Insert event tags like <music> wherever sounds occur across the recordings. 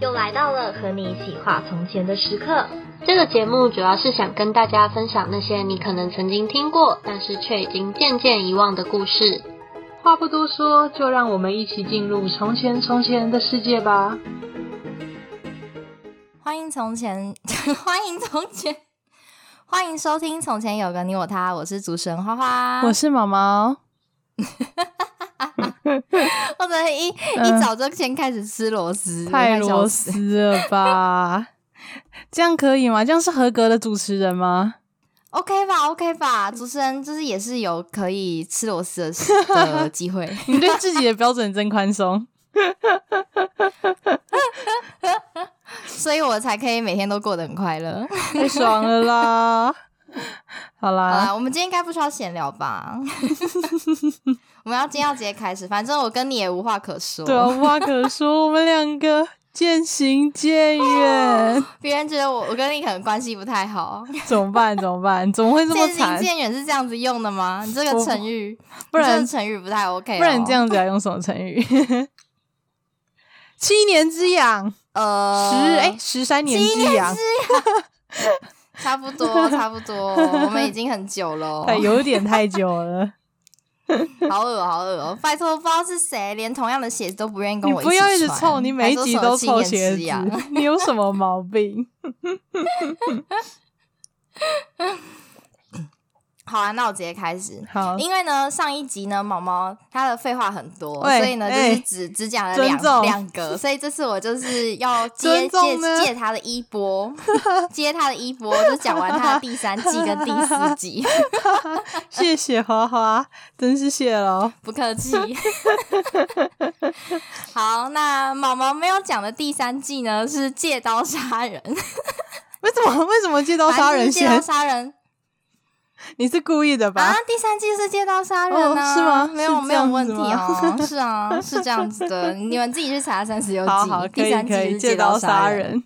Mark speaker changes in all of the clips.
Speaker 1: 又来到了和你一起画从前的时刻。
Speaker 2: 这个节目主要是想跟大家分享那些你可能曾经听过，但是却已经渐渐遗忘的故事。
Speaker 3: 话不多说，就让我们一起进入从前从前的世界吧。
Speaker 4: 欢迎从前， <laughs> 欢迎从前，欢迎收听《从前有个你我他》，我是主持人花花，
Speaker 3: 我是毛毛。
Speaker 4: 我怎么一、一早就先开始吃螺丝？
Speaker 3: 太呃螺
Speaker 4: 丝！
Speaker 3: 丝了 <laughs> 吧？这样可以吗？这样是合格的主持人吗？
Speaker 4: OK 吧，OK 吧，主持人就是也是有可以吃螺丝的时的机会。
Speaker 3: <laughs> 你对自己的标准真宽 <laughs> 松。
Speaker 4: 所以我才可以每天都过得很快乐。
Speaker 3: 太爽了啦！好
Speaker 4: 好
Speaker 3: 啦，
Speaker 4: 啦，我们今天应该不需要闲聊
Speaker 3: <laughs>
Speaker 4: 吧？我们要今天要直接开始，反正我跟你也无话可说。
Speaker 3: 对啊，无话可说，我们两个渐行渐 <laughs> 远，
Speaker 4: 别人觉得我我跟你可能关系不太好，
Speaker 3: 怎么办？怎么办？怎么会这么
Speaker 4: 渐行
Speaker 3: 惨？
Speaker 4: 渐远是这样子用的吗？你这个
Speaker 3: 我
Speaker 4: 成语，
Speaker 3: 不然
Speaker 4: 你这个成语不太 OK，、哦、
Speaker 3: 不然你这样子要用什么成语？ <laughs> 七年之痒，
Speaker 4: 呃
Speaker 3: 十哎十三年之痒，
Speaker 4: 差不
Speaker 3: <laughs>
Speaker 4: 多差不多，我们已经很久了哦，
Speaker 3: 哎，有点太久了。
Speaker 4: 好恶好恶哦！拜托，不知道是谁，连同样的鞋子都不愿意跟
Speaker 3: 你
Speaker 4: 我
Speaker 3: 不要一直
Speaker 4: 穿
Speaker 3: 臭，你每一集都臭
Speaker 4: 还说什
Speaker 3: 鞋
Speaker 4: 么七年之 <laughs> 痒
Speaker 3: 子，你有什么毛病？
Speaker 4: 好啊，那我直接开始。
Speaker 3: 好，
Speaker 4: 因为呢，上一集呢，毛毛他的废话很多，
Speaker 3: 喂
Speaker 4: 所以呢，就
Speaker 3: 哎
Speaker 4: 是只只讲了
Speaker 3: 尊
Speaker 4: 两
Speaker 3: 重
Speaker 4: 两个，所以这次我就是要接
Speaker 3: 尊重
Speaker 4: 借
Speaker 3: 呢
Speaker 4: 借他的衣钵，
Speaker 3: <laughs>
Speaker 4: 接他的衣钵，就讲完他的第三季跟第四季，
Speaker 3: 谢谢花花，真是谢喽。
Speaker 4: <laughs> 不客
Speaker 3: <laughs>
Speaker 4: 气。好，那毛毛没有讲的第三季呢，是借刀杀人，
Speaker 3: 为什么为什么借刀杀
Speaker 4: 反正就是借
Speaker 3: 人
Speaker 4: 刀
Speaker 3: 先？
Speaker 4: 杀人
Speaker 3: 你是故意的吧
Speaker 4: 啊？，第三季是借刀杀人啊、
Speaker 3: 哦是吗
Speaker 4: 没有
Speaker 3: 是
Speaker 4: 没
Speaker 3: 这
Speaker 4: 有
Speaker 3: 样子
Speaker 4: 问题哦
Speaker 3: 吗，
Speaker 4: 是啊，是这样子
Speaker 3: <laughs>
Speaker 4: 的，你们自己去查三十六
Speaker 3: 好
Speaker 4: 季
Speaker 3: 好，，可
Speaker 4: 啊第
Speaker 3: 以
Speaker 4: 三季
Speaker 3: 可以，
Speaker 4: 是借
Speaker 3: 借刀
Speaker 4: 杀
Speaker 3: 杀
Speaker 4: 人。
Speaker 3: 人。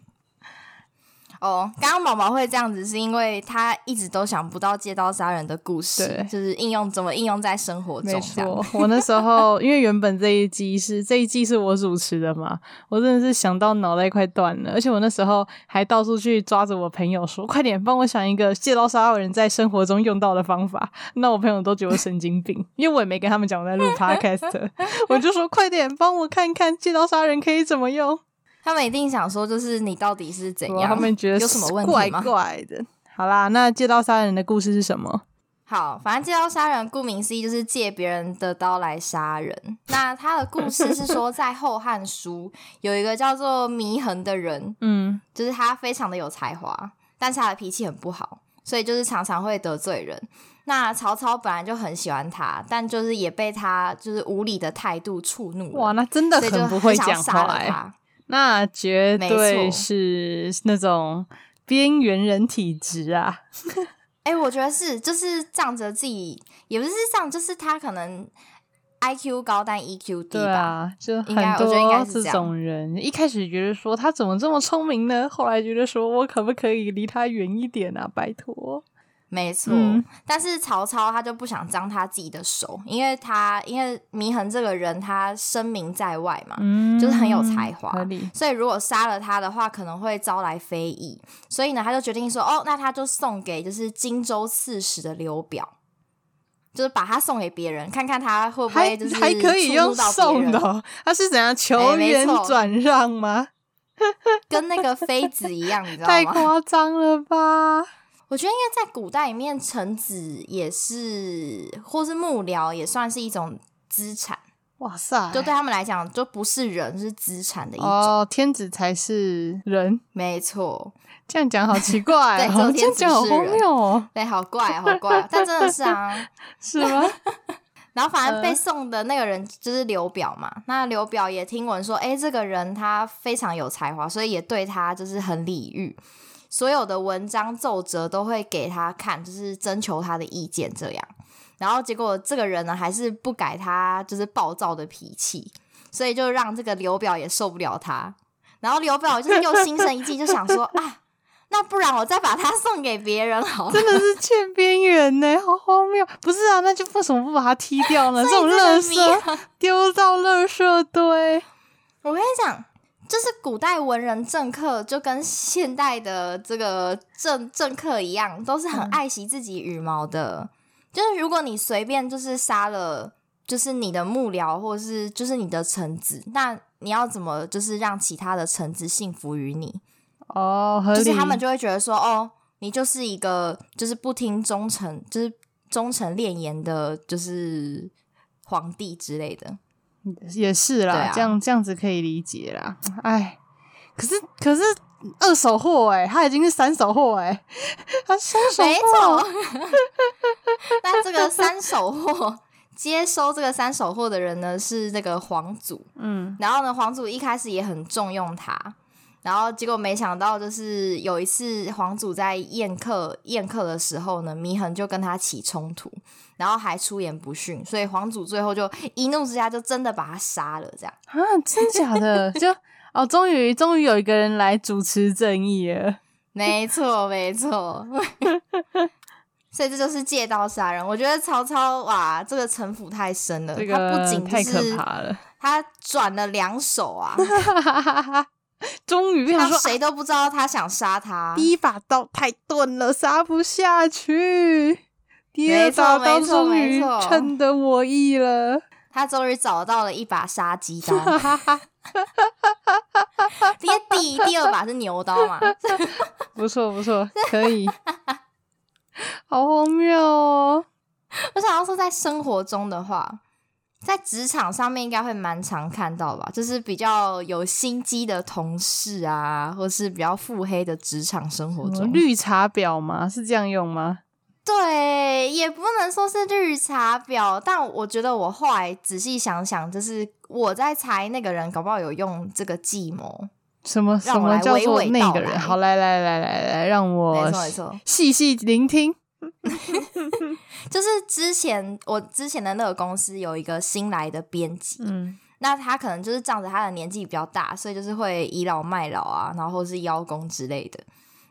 Speaker 4: 哦，刚刚毛毛会这样子，是因为他一直都想不到借刀杀人的故事
Speaker 3: 对，
Speaker 4: 就是应用怎么应用在生活
Speaker 3: 没
Speaker 4: 中这样。
Speaker 3: 错，我那时候因为原本这一季是这一季是我主持的嘛，我真的是想到脑袋快断了，而且我那时候还到处去抓着我朋友说，快点帮我想一个借刀杀人在生活中用到的方法。那我朋友都觉得我神经病，因为我也没跟他们讲我在录
Speaker 4: <laughs>
Speaker 3: podcast，我就说快点帮我看看借刀杀人可以怎么用。
Speaker 4: 他们一定想说，就是你到底是怎
Speaker 3: 然后
Speaker 4: 样？
Speaker 3: 他们觉得
Speaker 4: 有什么问
Speaker 3: 怪
Speaker 4: 题吗？
Speaker 3: 怪的。好啦，那借刀杀人的故事是什么？
Speaker 4: 好，反正借刀杀人，顾名思义就是借别人的刀来杀人。那他的故事是
Speaker 3: <laughs>
Speaker 4: 说，在《后汉书》有一个叫做祢衡的人，
Speaker 3: 嗯，
Speaker 4: 就是他非常的有才华，但是他的脾气很不好，所以就是常常会得罪人。那曹操本来就很喜欢他，但就是也被他就是无理的态度触怒了
Speaker 3: 哇，那真的
Speaker 4: 所以就
Speaker 3: 很不会
Speaker 4: 想要
Speaker 3: 讲
Speaker 4: 杀
Speaker 3: 话
Speaker 4: 了
Speaker 3: 哎、
Speaker 4: 他。
Speaker 3: 那绝
Speaker 4: 没错
Speaker 3: 对是那种边缘人体质啊！
Speaker 4: 哎、我觉得是，就是仗着自己，也不是仗，就是他可能 I Q 高，但 E Q 低
Speaker 3: 对
Speaker 4: 吧。
Speaker 3: 啊，就很
Speaker 4: 应该我觉得应该
Speaker 3: 多
Speaker 4: 是这样
Speaker 3: 种人，一开始觉得说他怎么这么聪明呢？后来觉得说我可不可以离他远一点啊？拜托，
Speaker 4: 没错，
Speaker 3: 嗯
Speaker 4: 但是曹操他就不想脏他自己的手，因为他因为祢衡这个人他声名在外嘛，
Speaker 3: 嗯
Speaker 4: 啊就是很有才华
Speaker 3: 合理。
Speaker 4: 所以如果杀了他的话，可能会招来非议。所以呢，他就决定说，哦，那他就送给就是荆州刺史的刘表，就是把他送给别人，看看他会不
Speaker 3: 还
Speaker 4: 会就是
Speaker 3: 还可以
Speaker 4: 触怒
Speaker 3: 用
Speaker 4: 到别
Speaker 3: 送
Speaker 4: 人哎
Speaker 3: 的哦，他是怎样求
Speaker 4: 没
Speaker 3: 援
Speaker 4: 错
Speaker 3: 转让吗？
Speaker 4: 跟那个妃子一样，你知道
Speaker 3: <laughs> 太
Speaker 4: 吗？
Speaker 3: 夸张了吧！
Speaker 4: 我觉得，因为在古代里面，臣子也是或是幕僚也算是一种资产，
Speaker 3: 哇塞，
Speaker 4: 就对他们来讲，就不是人，是资产的一种。
Speaker 3: 哎哦，天子才是人，
Speaker 4: 没错，
Speaker 3: 这样讲好奇
Speaker 4: <laughs>
Speaker 3: 怪
Speaker 4: 对只有
Speaker 3: 哦，这
Speaker 4: 天
Speaker 3: 样
Speaker 4: 子
Speaker 3: 讲好
Speaker 4: 是
Speaker 3: 荒
Speaker 4: 人
Speaker 3: 谬哦，
Speaker 4: 对，哎好怪，好怪，但真的是啊。
Speaker 3: 是吗？ <laughs>
Speaker 4: 然后反正被
Speaker 3: 呃
Speaker 4: 送的那个人就是刘表嘛，那刘表也听闻说，哎，这个人他非常有才华，所以也对他就是很礼遇，所有的文章奏折都会给他看，就是征求他的意见这样。然后结果这个人呢，还是不改他就是暴躁的脾气，所以就让这个刘表也受不了他。然后刘表就是又心生一计，就想说 <laughs> 啊，那不然我再把他送给别人好了。
Speaker 3: 真的是欠边缘呢，好荒谬！不是啊，那就为什么不把它踢掉呢？这种 <laughs>
Speaker 4: 所以
Speaker 3: 垃
Speaker 4: 这个谜
Speaker 3: 圾丢到垃圾堆，
Speaker 4: 我跟你讲，就是古代文人政客就跟现代的这个政政客一样，都是
Speaker 3: 嗯
Speaker 4: 很爱惜自己羽毛的。就是如果你随便就是杀了，就是你的幕僚或是就是你的臣子，那你要怎么就是让其他的臣子信服于你？
Speaker 3: 哦，合理。
Speaker 4: 就是他们就会觉得说，哦，你就是一个就是不听忠臣，就是忠臣烈言的，就是皇帝之类的。
Speaker 3: 也是啦，
Speaker 4: 对啊
Speaker 3: 这样这样子可以理解啦。哎，可是可是二手货哎、他已经是三手货哎、 <laughs> 他三手
Speaker 4: 没
Speaker 3: 货
Speaker 4: 错， <laughs> 那这个三手货接收这个三手货的人呢是那个皇祖，
Speaker 3: 嗯，
Speaker 4: 然后呢皇祖一开始也很重用他，然后结果没想到就是有一次皇祖在宴客宴客的时候呢，祢衡就跟他起冲突，然后还出言不逊，所以皇祖最后就一怒之下就真的把他杀了，这样
Speaker 3: 啊，真假
Speaker 4: <laughs>
Speaker 3: 的就哦，终于终于有一个人来主持正义了。
Speaker 4: 没错，没错。 <laughs> 所以这就是借刀杀人。我觉得曹操哇，这个城府太深了。
Speaker 3: 这
Speaker 4: 他不
Speaker 3: 个
Speaker 4: 仅、就
Speaker 3: 太
Speaker 4: 是、
Speaker 3: 可怕了， <laughs>
Speaker 4: 他转了两手啊，
Speaker 3: 终于想
Speaker 4: 让
Speaker 3: 说
Speaker 4: 谁都不知道他想杀他。
Speaker 3: 第一把刀太钝了，杀不下去。第二
Speaker 4: 没错
Speaker 3: 把刀
Speaker 4: 没错
Speaker 3: 终于
Speaker 4: 没错
Speaker 3: 趁得我意了，
Speaker 4: 他终于找到了一把杀鸡
Speaker 3: <laughs>
Speaker 4: 刀，第第第二把是牛刀嘛，
Speaker 3: 不错不错，可以，好荒谬哦。
Speaker 4: 我想要说，在生活中的话，在职场上面应该会蛮常看到吧，就是比较有心机的同事啊，或是比较腹黑的职场生活
Speaker 3: 什么
Speaker 4: 中。
Speaker 3: 绿茶婊吗？是这样用吗？
Speaker 4: 对，也不能说是绿茶婊，但我觉得我后来仔细想想，就是我在猜那个人搞不好有用这个计谋。
Speaker 3: 什么
Speaker 4: 让
Speaker 3: 什
Speaker 4: 我来
Speaker 3: 么叫做
Speaker 4: 娓娓
Speaker 3: 那
Speaker 4: 道
Speaker 3: 个人？
Speaker 4: 来
Speaker 3: 好，来来来来来，让我
Speaker 4: 没错没错
Speaker 3: 细细聆听。
Speaker 4: 就是之前我之前的那个公司有一个新来的编辑，
Speaker 3: 嗯，
Speaker 4: 那他可能就是仗着他的年纪比较大，所以就是会倚老卖老啊，然后或是邀功之类的。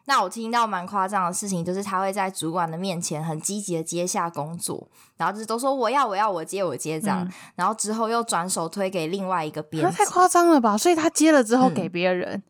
Speaker 4: 那我听到蛮夸张的事情，就是他会在主管的面前很积极的接下工作，然后就是都说我要我要我接我接这样，
Speaker 3: 嗯
Speaker 4: 然后之后又转手推给另外一个编
Speaker 3: 那
Speaker 4: 辑
Speaker 3: 太，夸张了吧？所以他接了之后
Speaker 4: 嗯
Speaker 3: 给别人，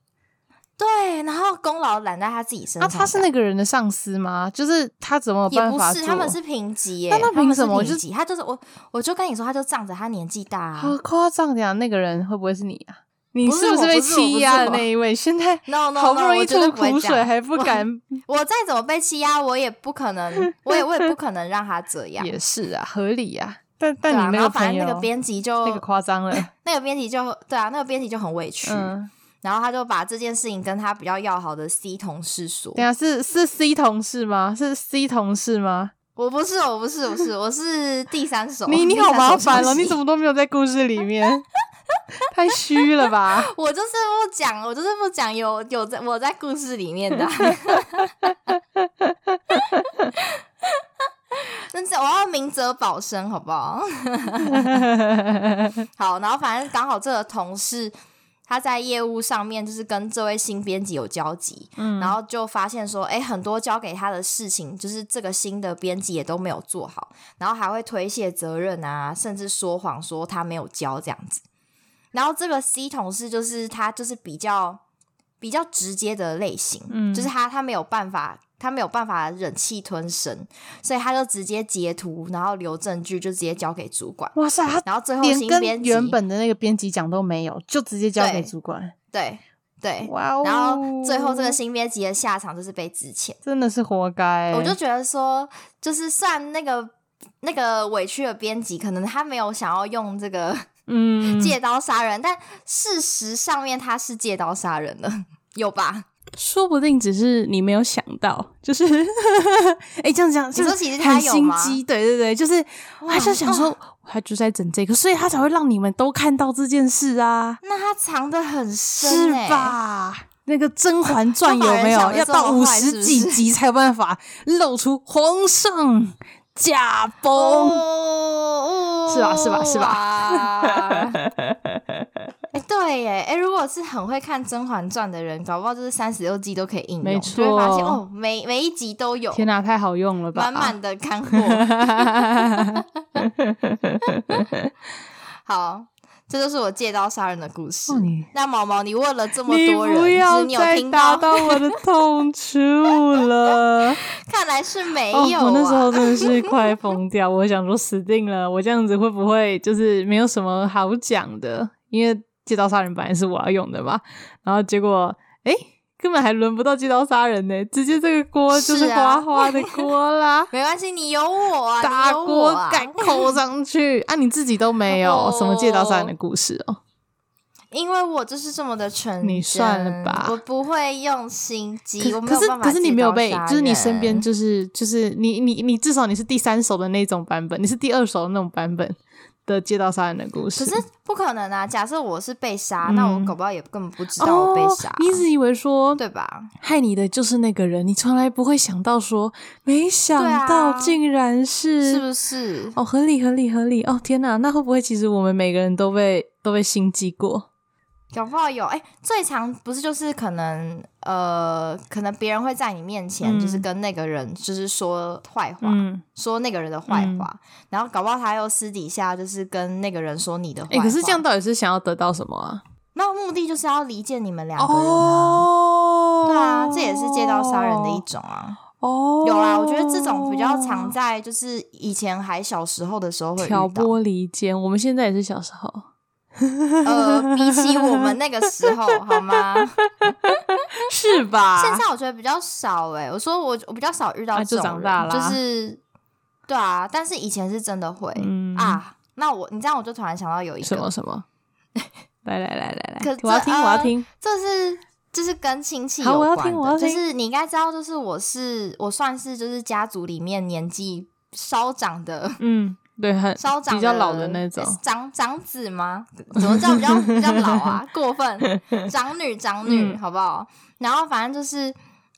Speaker 4: 对，然后功劳揽在他自己身
Speaker 3: 那
Speaker 4: 上。
Speaker 3: 啊他是那个人的上司吗？就是他怎么有
Speaker 4: 也
Speaker 3: 办
Speaker 4: 不
Speaker 3: 法
Speaker 4: 是，
Speaker 3: 做？
Speaker 4: 他们是平级耶、
Speaker 3: 那那
Speaker 4: 他们
Speaker 3: 凭
Speaker 4: 是
Speaker 3: 什么
Speaker 4: 平
Speaker 3: 就
Speaker 4: 级？他就是我，我就跟你说，他就仗着他年纪大、啊
Speaker 3: 好。夸张的呀！那个人会不会是你啊？你
Speaker 4: 不是
Speaker 3: 是
Speaker 4: 我
Speaker 3: 是被
Speaker 4: 不是我
Speaker 3: 欺
Speaker 4: 不
Speaker 3: 压
Speaker 4: 是
Speaker 3: 的
Speaker 4: 我
Speaker 3: 那
Speaker 4: <laughs>
Speaker 3: 一位？现在
Speaker 4: No no
Speaker 3: 好不
Speaker 4: no，
Speaker 3: 容易
Speaker 4: 我绝
Speaker 3: 吐
Speaker 4: 对不会
Speaker 3: 苦
Speaker 4: 这样
Speaker 3: 水，还
Speaker 4: <laughs>
Speaker 3: 不
Speaker 4: 我
Speaker 3: 敢，
Speaker 4: 我再怎么被欺压，我也不可
Speaker 3: <laughs>
Speaker 4: 能，我也我也不可能让他这样。
Speaker 3: 也是啊，合理啊。但
Speaker 4: 对
Speaker 3: 但
Speaker 4: 啊，
Speaker 3: 你那
Speaker 4: 然后
Speaker 3: 个
Speaker 4: 反
Speaker 3: 朋
Speaker 4: 正
Speaker 3: 友
Speaker 4: 那个编辑就
Speaker 3: 那个夸张了，
Speaker 4: <laughs> 那个编辑就对啊，那个编辑就很委屈，
Speaker 3: 嗯。
Speaker 4: 然后他就把这件事情跟他比较要好的 C 同事说
Speaker 3: 等。一下是是 C 同事吗？是 C 同事吗？
Speaker 4: 我不是，我不是，我不是，我是第三手。 <laughs>
Speaker 3: 你你
Speaker 4: 第
Speaker 3: 好
Speaker 4: 三手
Speaker 3: 麻烦
Speaker 4: 消
Speaker 3: 哦，
Speaker 4: 息
Speaker 3: 你怎么都没有在故事里
Speaker 4: <laughs>
Speaker 3: 面？太虚了吧？
Speaker 4: 我就是不讲，我就是不讲有有在我在故事里面的 <laughs> 啊、真是我要明哲保身，好不好？好，然后反正刚好这个同事他在业务上面就是跟这位新编辑有交集，
Speaker 3: 嗯
Speaker 4: 然后就发现说，哎，很多交给他的事情，就是这个新的编辑也都没有做好，然后还会推卸责任啊，甚至说谎说他没有交这样子。然后这个 C 同事就是他就是比较比较直接的类型，
Speaker 3: 嗯
Speaker 4: 就是他他没有办法。他没有办法忍气吞声，所以他就直接截图，然后留证据，就直接交给主管。
Speaker 3: 哇塞，他
Speaker 4: 然后最后
Speaker 3: 连
Speaker 4: 新
Speaker 3: 跟
Speaker 4: 编辑
Speaker 3: 原本的那个编辑讲都没有，就直接交
Speaker 4: 对
Speaker 3: 给主管。
Speaker 4: 对对，
Speaker 3: 哇哦！
Speaker 4: 然后最后这个新编辑的下场就是被致歉。
Speaker 3: 真的是活该欸、
Speaker 4: 我就觉得说，就是算那个那个委屈的编辑，可能他没有想要用这个
Speaker 3: 嗯，
Speaker 4: 借刀杀人，但事实上面他是借刀杀人了，有吧？
Speaker 3: 说不定只是你没有想到，就是 <laughs> 哎、这样讲，
Speaker 4: 你说
Speaker 3: 就是
Speaker 4: 其实他
Speaker 3: 很
Speaker 4: 有
Speaker 3: 心
Speaker 4: 吗哦
Speaker 3: 机，对对对，就是他就想说，他就在整这个，所以他才会让你们都看到这件事啊。
Speaker 4: 那他藏得很
Speaker 3: 是
Speaker 4: 深、欸，？
Speaker 3: 吧？那个《甄嬛传》有
Speaker 4: 他把
Speaker 3: 没有
Speaker 4: 人想得
Speaker 3: 要
Speaker 4: 这么
Speaker 3: 到五
Speaker 4: 坏是
Speaker 3: 十
Speaker 4: 不是
Speaker 3: 几集才有办法露出皇上驾崩？
Speaker 4: 哦，
Speaker 3: 是吧是吧是吧 <laughs>
Speaker 4: 吧？哎，对耶，哎，如果是很会看《甄嬛传》的人，搞不好就是三十六计都可以应用，
Speaker 3: 没
Speaker 4: 就会发现
Speaker 3: 错
Speaker 4: 哦，每每一集都有，
Speaker 3: 天哪、太好用了吧！
Speaker 4: 满满的 <laughs>
Speaker 3: <laughs>
Speaker 4: 干货。好，这就是我借刀杀人的故事
Speaker 3: 哦你。
Speaker 4: 那毛毛，你问了这么
Speaker 3: 你
Speaker 4: 多人，
Speaker 3: 不
Speaker 4: 就
Speaker 3: 要
Speaker 4: 是你有
Speaker 3: 再
Speaker 4: 听
Speaker 3: 打
Speaker 4: 到？
Speaker 3: 到我的痛处了。
Speaker 4: 看来是没
Speaker 3: 哦
Speaker 4: 有、啊
Speaker 3: 我那时候真
Speaker 4: <laughs>
Speaker 3: 的是快疯掉，我想说死定了，我这样子会不会就是没有什么好讲的？因为借刀杀人本来是我要用的嘛，然后结果哎、诶根本还轮不到借刀杀人呢、直接这个锅就是
Speaker 4: 是啊
Speaker 3: 花
Speaker 4: <laughs>。
Speaker 3: 花的锅啦
Speaker 4: 没关系，你有我啊，你
Speaker 3: 大
Speaker 4: 有我
Speaker 3: 锅
Speaker 4: 啊。
Speaker 3: 盖扣上去啊！你自己都没有、
Speaker 4: 哦
Speaker 3: 什么借刀杀人的故事哦，
Speaker 4: 因为我就是这么的纯真，
Speaker 3: 你算了吧
Speaker 4: 我不会用心机，
Speaker 3: 可
Speaker 4: 我没
Speaker 3: 可
Speaker 4: 有
Speaker 3: 是
Speaker 4: 办法
Speaker 3: 可是你没有被
Speaker 4: 借刀杀，人
Speaker 3: 就是你身边就是就是你你你至少你是第三手的那种版本，你是第二手的那种版本的借刀杀人的故事。
Speaker 4: 可是不可能啊！假设我是被杀，
Speaker 3: 嗯
Speaker 4: 那我搞不好也根本不知道我被杀，
Speaker 3: 哦，你只以为说
Speaker 4: 对吧？
Speaker 3: 害你的就是那个人，你从来不会想到说，没想到
Speaker 4: 对啊
Speaker 3: 竟然是、
Speaker 4: 是不是？
Speaker 3: 哦，合理合理合理哦，天哪，那会不会其实我们每个人都被都被心机过？
Speaker 4: 搞不好有哎、最常不是就是可能呃，可能别人会在你面前
Speaker 3: 嗯
Speaker 4: 就是跟那个人就是说坏话，
Speaker 3: 嗯，
Speaker 4: 说那个人的坏话，然后搞不好他又私底下就是跟那个人说你的坏
Speaker 3: 哎、
Speaker 4: 话。
Speaker 3: 可是这样，到底是想要得到什么啊？
Speaker 4: 那目的就是要离间你们两个人、啊。
Speaker 3: 哦
Speaker 4: 对啊，这也是借刀杀人的一种啊。
Speaker 3: 哦，
Speaker 4: 有啦，我觉得这种比较常在就是以前还小时候的时候会遇
Speaker 3: 挑
Speaker 4: 到。
Speaker 3: 拨离间，我们现在也是小时
Speaker 4: <laughs>
Speaker 3: 候。
Speaker 4: 呃，比起我们那个时候，好
Speaker 3: <laughs>
Speaker 4: 吗？
Speaker 3: 是吧？
Speaker 4: 现在我觉得比较少哎、我说我我比较少遇到
Speaker 3: 啊
Speaker 4: 这
Speaker 3: 就
Speaker 4: 种人，
Speaker 3: 长大啦
Speaker 4: 是对啊，但是以前是真的会、
Speaker 3: 嗯
Speaker 4: 啊。那我你这样我就突然想到有一个，
Speaker 3: 什么什
Speaker 4: <laughs>
Speaker 3: 么？来来来来
Speaker 4: 可
Speaker 3: 来，我要
Speaker 4: 这
Speaker 3: 听，我要
Speaker 4: 呃
Speaker 3: 听。
Speaker 4: 这是就是跟亲戚
Speaker 3: 好
Speaker 4: 有
Speaker 3: 我要
Speaker 4: 关
Speaker 3: 听我要
Speaker 4: 的，就
Speaker 3: 听
Speaker 4: 是你应该知道，就是我是我算是就是家族里面年纪稍长的。
Speaker 3: 嗯，对，很
Speaker 4: 稍长
Speaker 3: 比较老的那种。
Speaker 4: 长长子吗？怎么叫比
Speaker 3: <laughs>
Speaker 4: 较比较老啊？过分，长女长女，
Speaker 3: 嗯
Speaker 4: 好不好？然后反正就是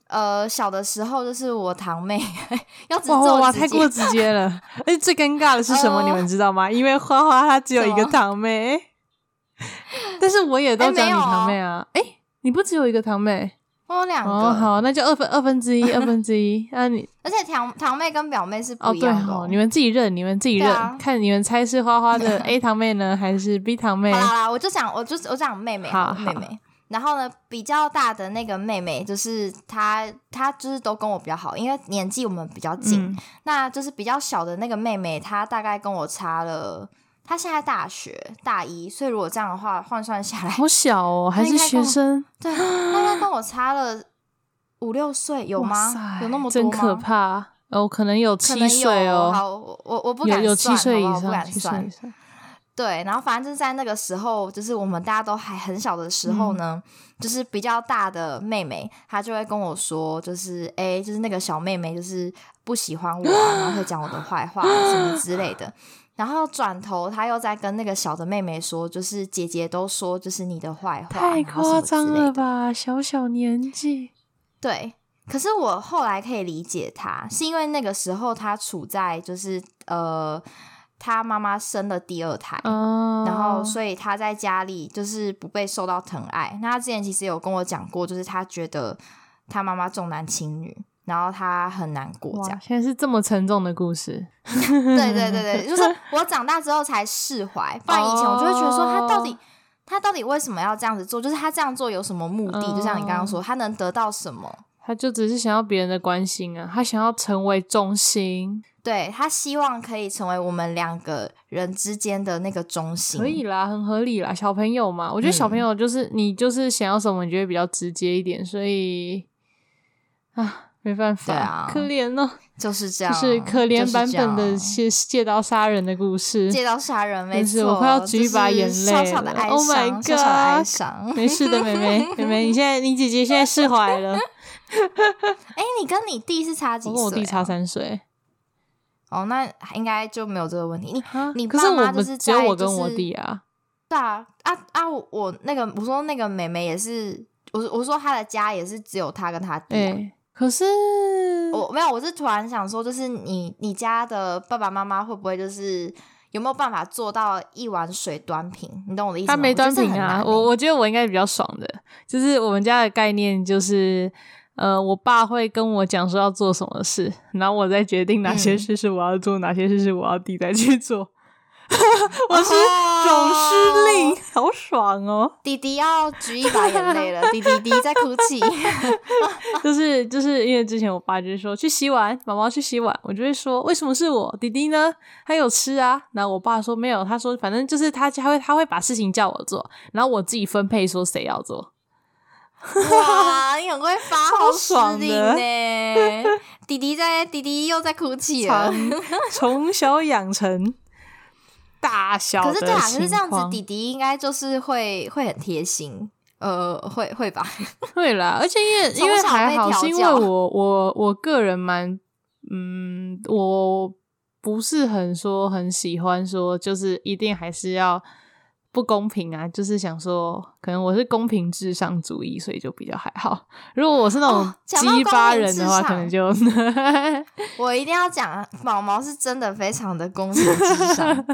Speaker 4: 呃，小的时候就是我堂妹 <laughs> 要只
Speaker 3: 哇哇
Speaker 4: 做
Speaker 3: 哇！
Speaker 4: 直
Speaker 3: 太过
Speaker 4: 接，
Speaker 3: 直接了，
Speaker 4: <laughs>
Speaker 3: 而且最尴尬的是什么？
Speaker 4: 哦
Speaker 3: 你们知道吗？因为花花她只有一个
Speaker 4: 什么
Speaker 3: 堂妹， <laughs> 但是我也都
Speaker 4: 哎
Speaker 3: 叫
Speaker 4: 没
Speaker 3: 你
Speaker 4: 有哦
Speaker 3: 堂妹啊。哎，你不只有一个堂妹
Speaker 4: 我有两个，
Speaker 3: 哦，好，那就二分二分之
Speaker 4: <laughs>
Speaker 3: 一，二分之一。那你
Speaker 4: 而且堂堂妹跟表妹是
Speaker 3: 哦
Speaker 4: 不一
Speaker 3: 对
Speaker 4: 样的、
Speaker 3: 哦，你们自己认，你们自己
Speaker 4: 对
Speaker 3: 认
Speaker 4: 啊，
Speaker 3: 看你们猜是花花
Speaker 4: <laughs>
Speaker 3: 的 A 堂妹呢，还是 B 堂妹
Speaker 4: 好？啦好啦，我就讲，我就我讲妹妹，
Speaker 3: 好
Speaker 4: 好了妹
Speaker 3: 好
Speaker 4: 妹。然后呢，比较大的那个妹妹，就是她，她就是都跟我比较好，因为年纪我们比较近。
Speaker 3: 嗯，
Speaker 4: 那就是比较小的那个妹妹，她大概跟我差了，她现在大学大一，所以如果这样的话换算下来， <laughs>
Speaker 3: 好小哦，还
Speaker 4: 应
Speaker 3: 是
Speaker 4: 该
Speaker 3: 学
Speaker 4: 跟我
Speaker 3: 生？
Speaker 4: 对，大概跟我差了五六岁，有
Speaker 3: 哇
Speaker 4: 吗？
Speaker 3: 塞
Speaker 4: 有那么多
Speaker 3: 真
Speaker 4: 吗？
Speaker 3: 可怕哦，可能有
Speaker 4: 可
Speaker 3: 七
Speaker 4: 能
Speaker 3: 岁
Speaker 4: 有，
Speaker 3: 哦，
Speaker 4: 好，我我我不
Speaker 3: 有
Speaker 4: 敢
Speaker 3: 有
Speaker 4: 算，
Speaker 3: 七岁以
Speaker 4: 好不好我不
Speaker 3: 上，
Speaker 4: 敢
Speaker 3: 七岁以
Speaker 4: 算。
Speaker 3: 上。
Speaker 4: 对，然后反正就是在那个时候，就是我们大家都还很小的时
Speaker 3: 嗯
Speaker 4: 候呢，就是比较大的妹妹，她就会跟我说，就是哎、诶就是那个小妹妹就是不喜欢我、啊，然后会讲我的坏话、啊什么之类的。然后转头，她又在跟那个小的妹妹说，就是姐姐都说就是你的坏话，
Speaker 3: 太
Speaker 4: 然后什
Speaker 3: 夸
Speaker 4: 么之
Speaker 3: 张
Speaker 4: 类
Speaker 3: 了
Speaker 4: 的？
Speaker 3: 吧！小小年纪，
Speaker 4: 对。可是我后来可以理解她，是因为那个时候她处在就是呃，她妈妈生了第二胎，
Speaker 3: 嗯，
Speaker 4: 然后所以他在家里就是不被受到疼爱。那他之前其实有跟我讲过，就是他觉得他妈妈重男轻女，然后他很难过这
Speaker 3: 哇，
Speaker 4: 样。
Speaker 3: 现在是这么沉重的故事，
Speaker 4: 对对对对，就是我长大之后才释怀，不然以前我就会觉得说他到底。
Speaker 3: 哦
Speaker 4: 他到底为什么要这样子做？就是他这样做有什么目的？
Speaker 3: 哦
Speaker 4: 就像你刚刚说，他能得到什么？
Speaker 3: <laughs> 他就只是想要别人的关心啊，他想要成为中心，
Speaker 4: 对他希望可以成为我们两个人之间的那个中心。
Speaker 3: 可以啦，很合理啦，小朋友嘛，我觉得小
Speaker 4: 嗯
Speaker 3: 朋友就是、你就是想要什么，你就会比较直接一点，所以啊，没办法，
Speaker 4: 对啊
Speaker 3: 可怜哦，
Speaker 4: 就是这
Speaker 3: 就
Speaker 4: 样，
Speaker 3: 是可怜版
Speaker 4: 就
Speaker 3: 本
Speaker 4: 是这
Speaker 3: 的
Speaker 4: 样
Speaker 3: 借借刀杀人的故事，
Speaker 4: 借刀杀人，没
Speaker 3: 真是
Speaker 4: 错，
Speaker 3: 我快要举一把眼泪
Speaker 4: 就是小小的
Speaker 3: 了
Speaker 4: 哀伤
Speaker 3: Oh my
Speaker 4: 小小的哀 <laughs>
Speaker 3: God
Speaker 4: 伤。
Speaker 3: 没事的，妹妹，妹妹，你现在你姐姐现在释
Speaker 4: <laughs>
Speaker 3: 怀了，
Speaker 4: 啊哎、你跟你弟是差几
Speaker 3: 我
Speaker 4: 岁、
Speaker 3: 跟
Speaker 4: 啊？
Speaker 3: 我弟差三岁。
Speaker 4: 哦，那应该就没有这个问题。你
Speaker 3: 啊
Speaker 4: 你
Speaker 3: 可
Speaker 4: 爸
Speaker 3: 是我
Speaker 4: 妈就
Speaker 3: 们
Speaker 4: 是
Speaker 3: 只有
Speaker 4: 在
Speaker 3: 我
Speaker 4: 就
Speaker 3: 跟我
Speaker 4: 是
Speaker 3: 弟啊，
Speaker 4: 对啊啊啊！我我那个我说那个妹妹也是，我我说她的家也是只有她跟她弟、
Speaker 3: 哎、
Speaker 4: 啊。哦
Speaker 3: 可是
Speaker 4: 我没有，我是突然想说，就是你你家的爸爸妈妈会不会就是有没有办法做到一碗水端平？你懂我的意思吗？
Speaker 3: 他没端
Speaker 4: 我觉
Speaker 3: 平
Speaker 4: 得这很难
Speaker 3: 啊，
Speaker 4: 欸
Speaker 3: 我我觉得我应该比较爽的，就是我们家的概念就是。呃，我爸会跟我讲说要做什么事，然后我再决定哪些
Speaker 4: 嗯
Speaker 3: 事是我要做，哪些事是我要弟再去做。 <laughs> 我是
Speaker 4: 哦
Speaker 3: 总司令，好爽哦！
Speaker 4: 弟弟要举一把眼泪 <laughs> 了，弟弟弟在哭泣。
Speaker 3: 就是就是因为之前我爸就是说去洗碗，妈妈去洗碗，我就会说为什么是我弟弟呢？他有吃啊。然后我爸说没有，他说反正就是他他会他会把事情叫我做，然后我自己分配说谁要做。
Speaker 4: <laughs>
Speaker 3: <laughs>
Speaker 4: 哇，你很会发号
Speaker 3: 超
Speaker 4: 施
Speaker 3: 爽的
Speaker 4: 令呢！弟弟在，弟弟又在哭泣了。
Speaker 3: 从小养成大小
Speaker 4: 可
Speaker 3: 的
Speaker 4: 是
Speaker 3: 情
Speaker 4: 对啊，可
Speaker 3: 况，
Speaker 4: 是这样子，弟弟应该就是会会很贴心，呃，会会吧？ <laughs>
Speaker 3: <laughs> 对啦，而且因为
Speaker 4: 从
Speaker 3: 因为
Speaker 4: 小被
Speaker 3: 还好，
Speaker 4: 调
Speaker 3: 是因为
Speaker 4: 教
Speaker 3: 我我我个人蛮嗯，我不是很说很喜欢说，就是一定还是要不公平啊，就是想说，可能我是公平至上主义，所以就比较还好。如果我是那种
Speaker 4: 哦讲到
Speaker 3: 鸡巴人的
Speaker 4: 公
Speaker 3: 话，可
Speaker 4: 平
Speaker 3: 能
Speaker 4: 至
Speaker 3: 就
Speaker 4: 我一定要讲，啊毛毛是真的非常的公平
Speaker 3: <laughs>
Speaker 4: 至上， <laughs>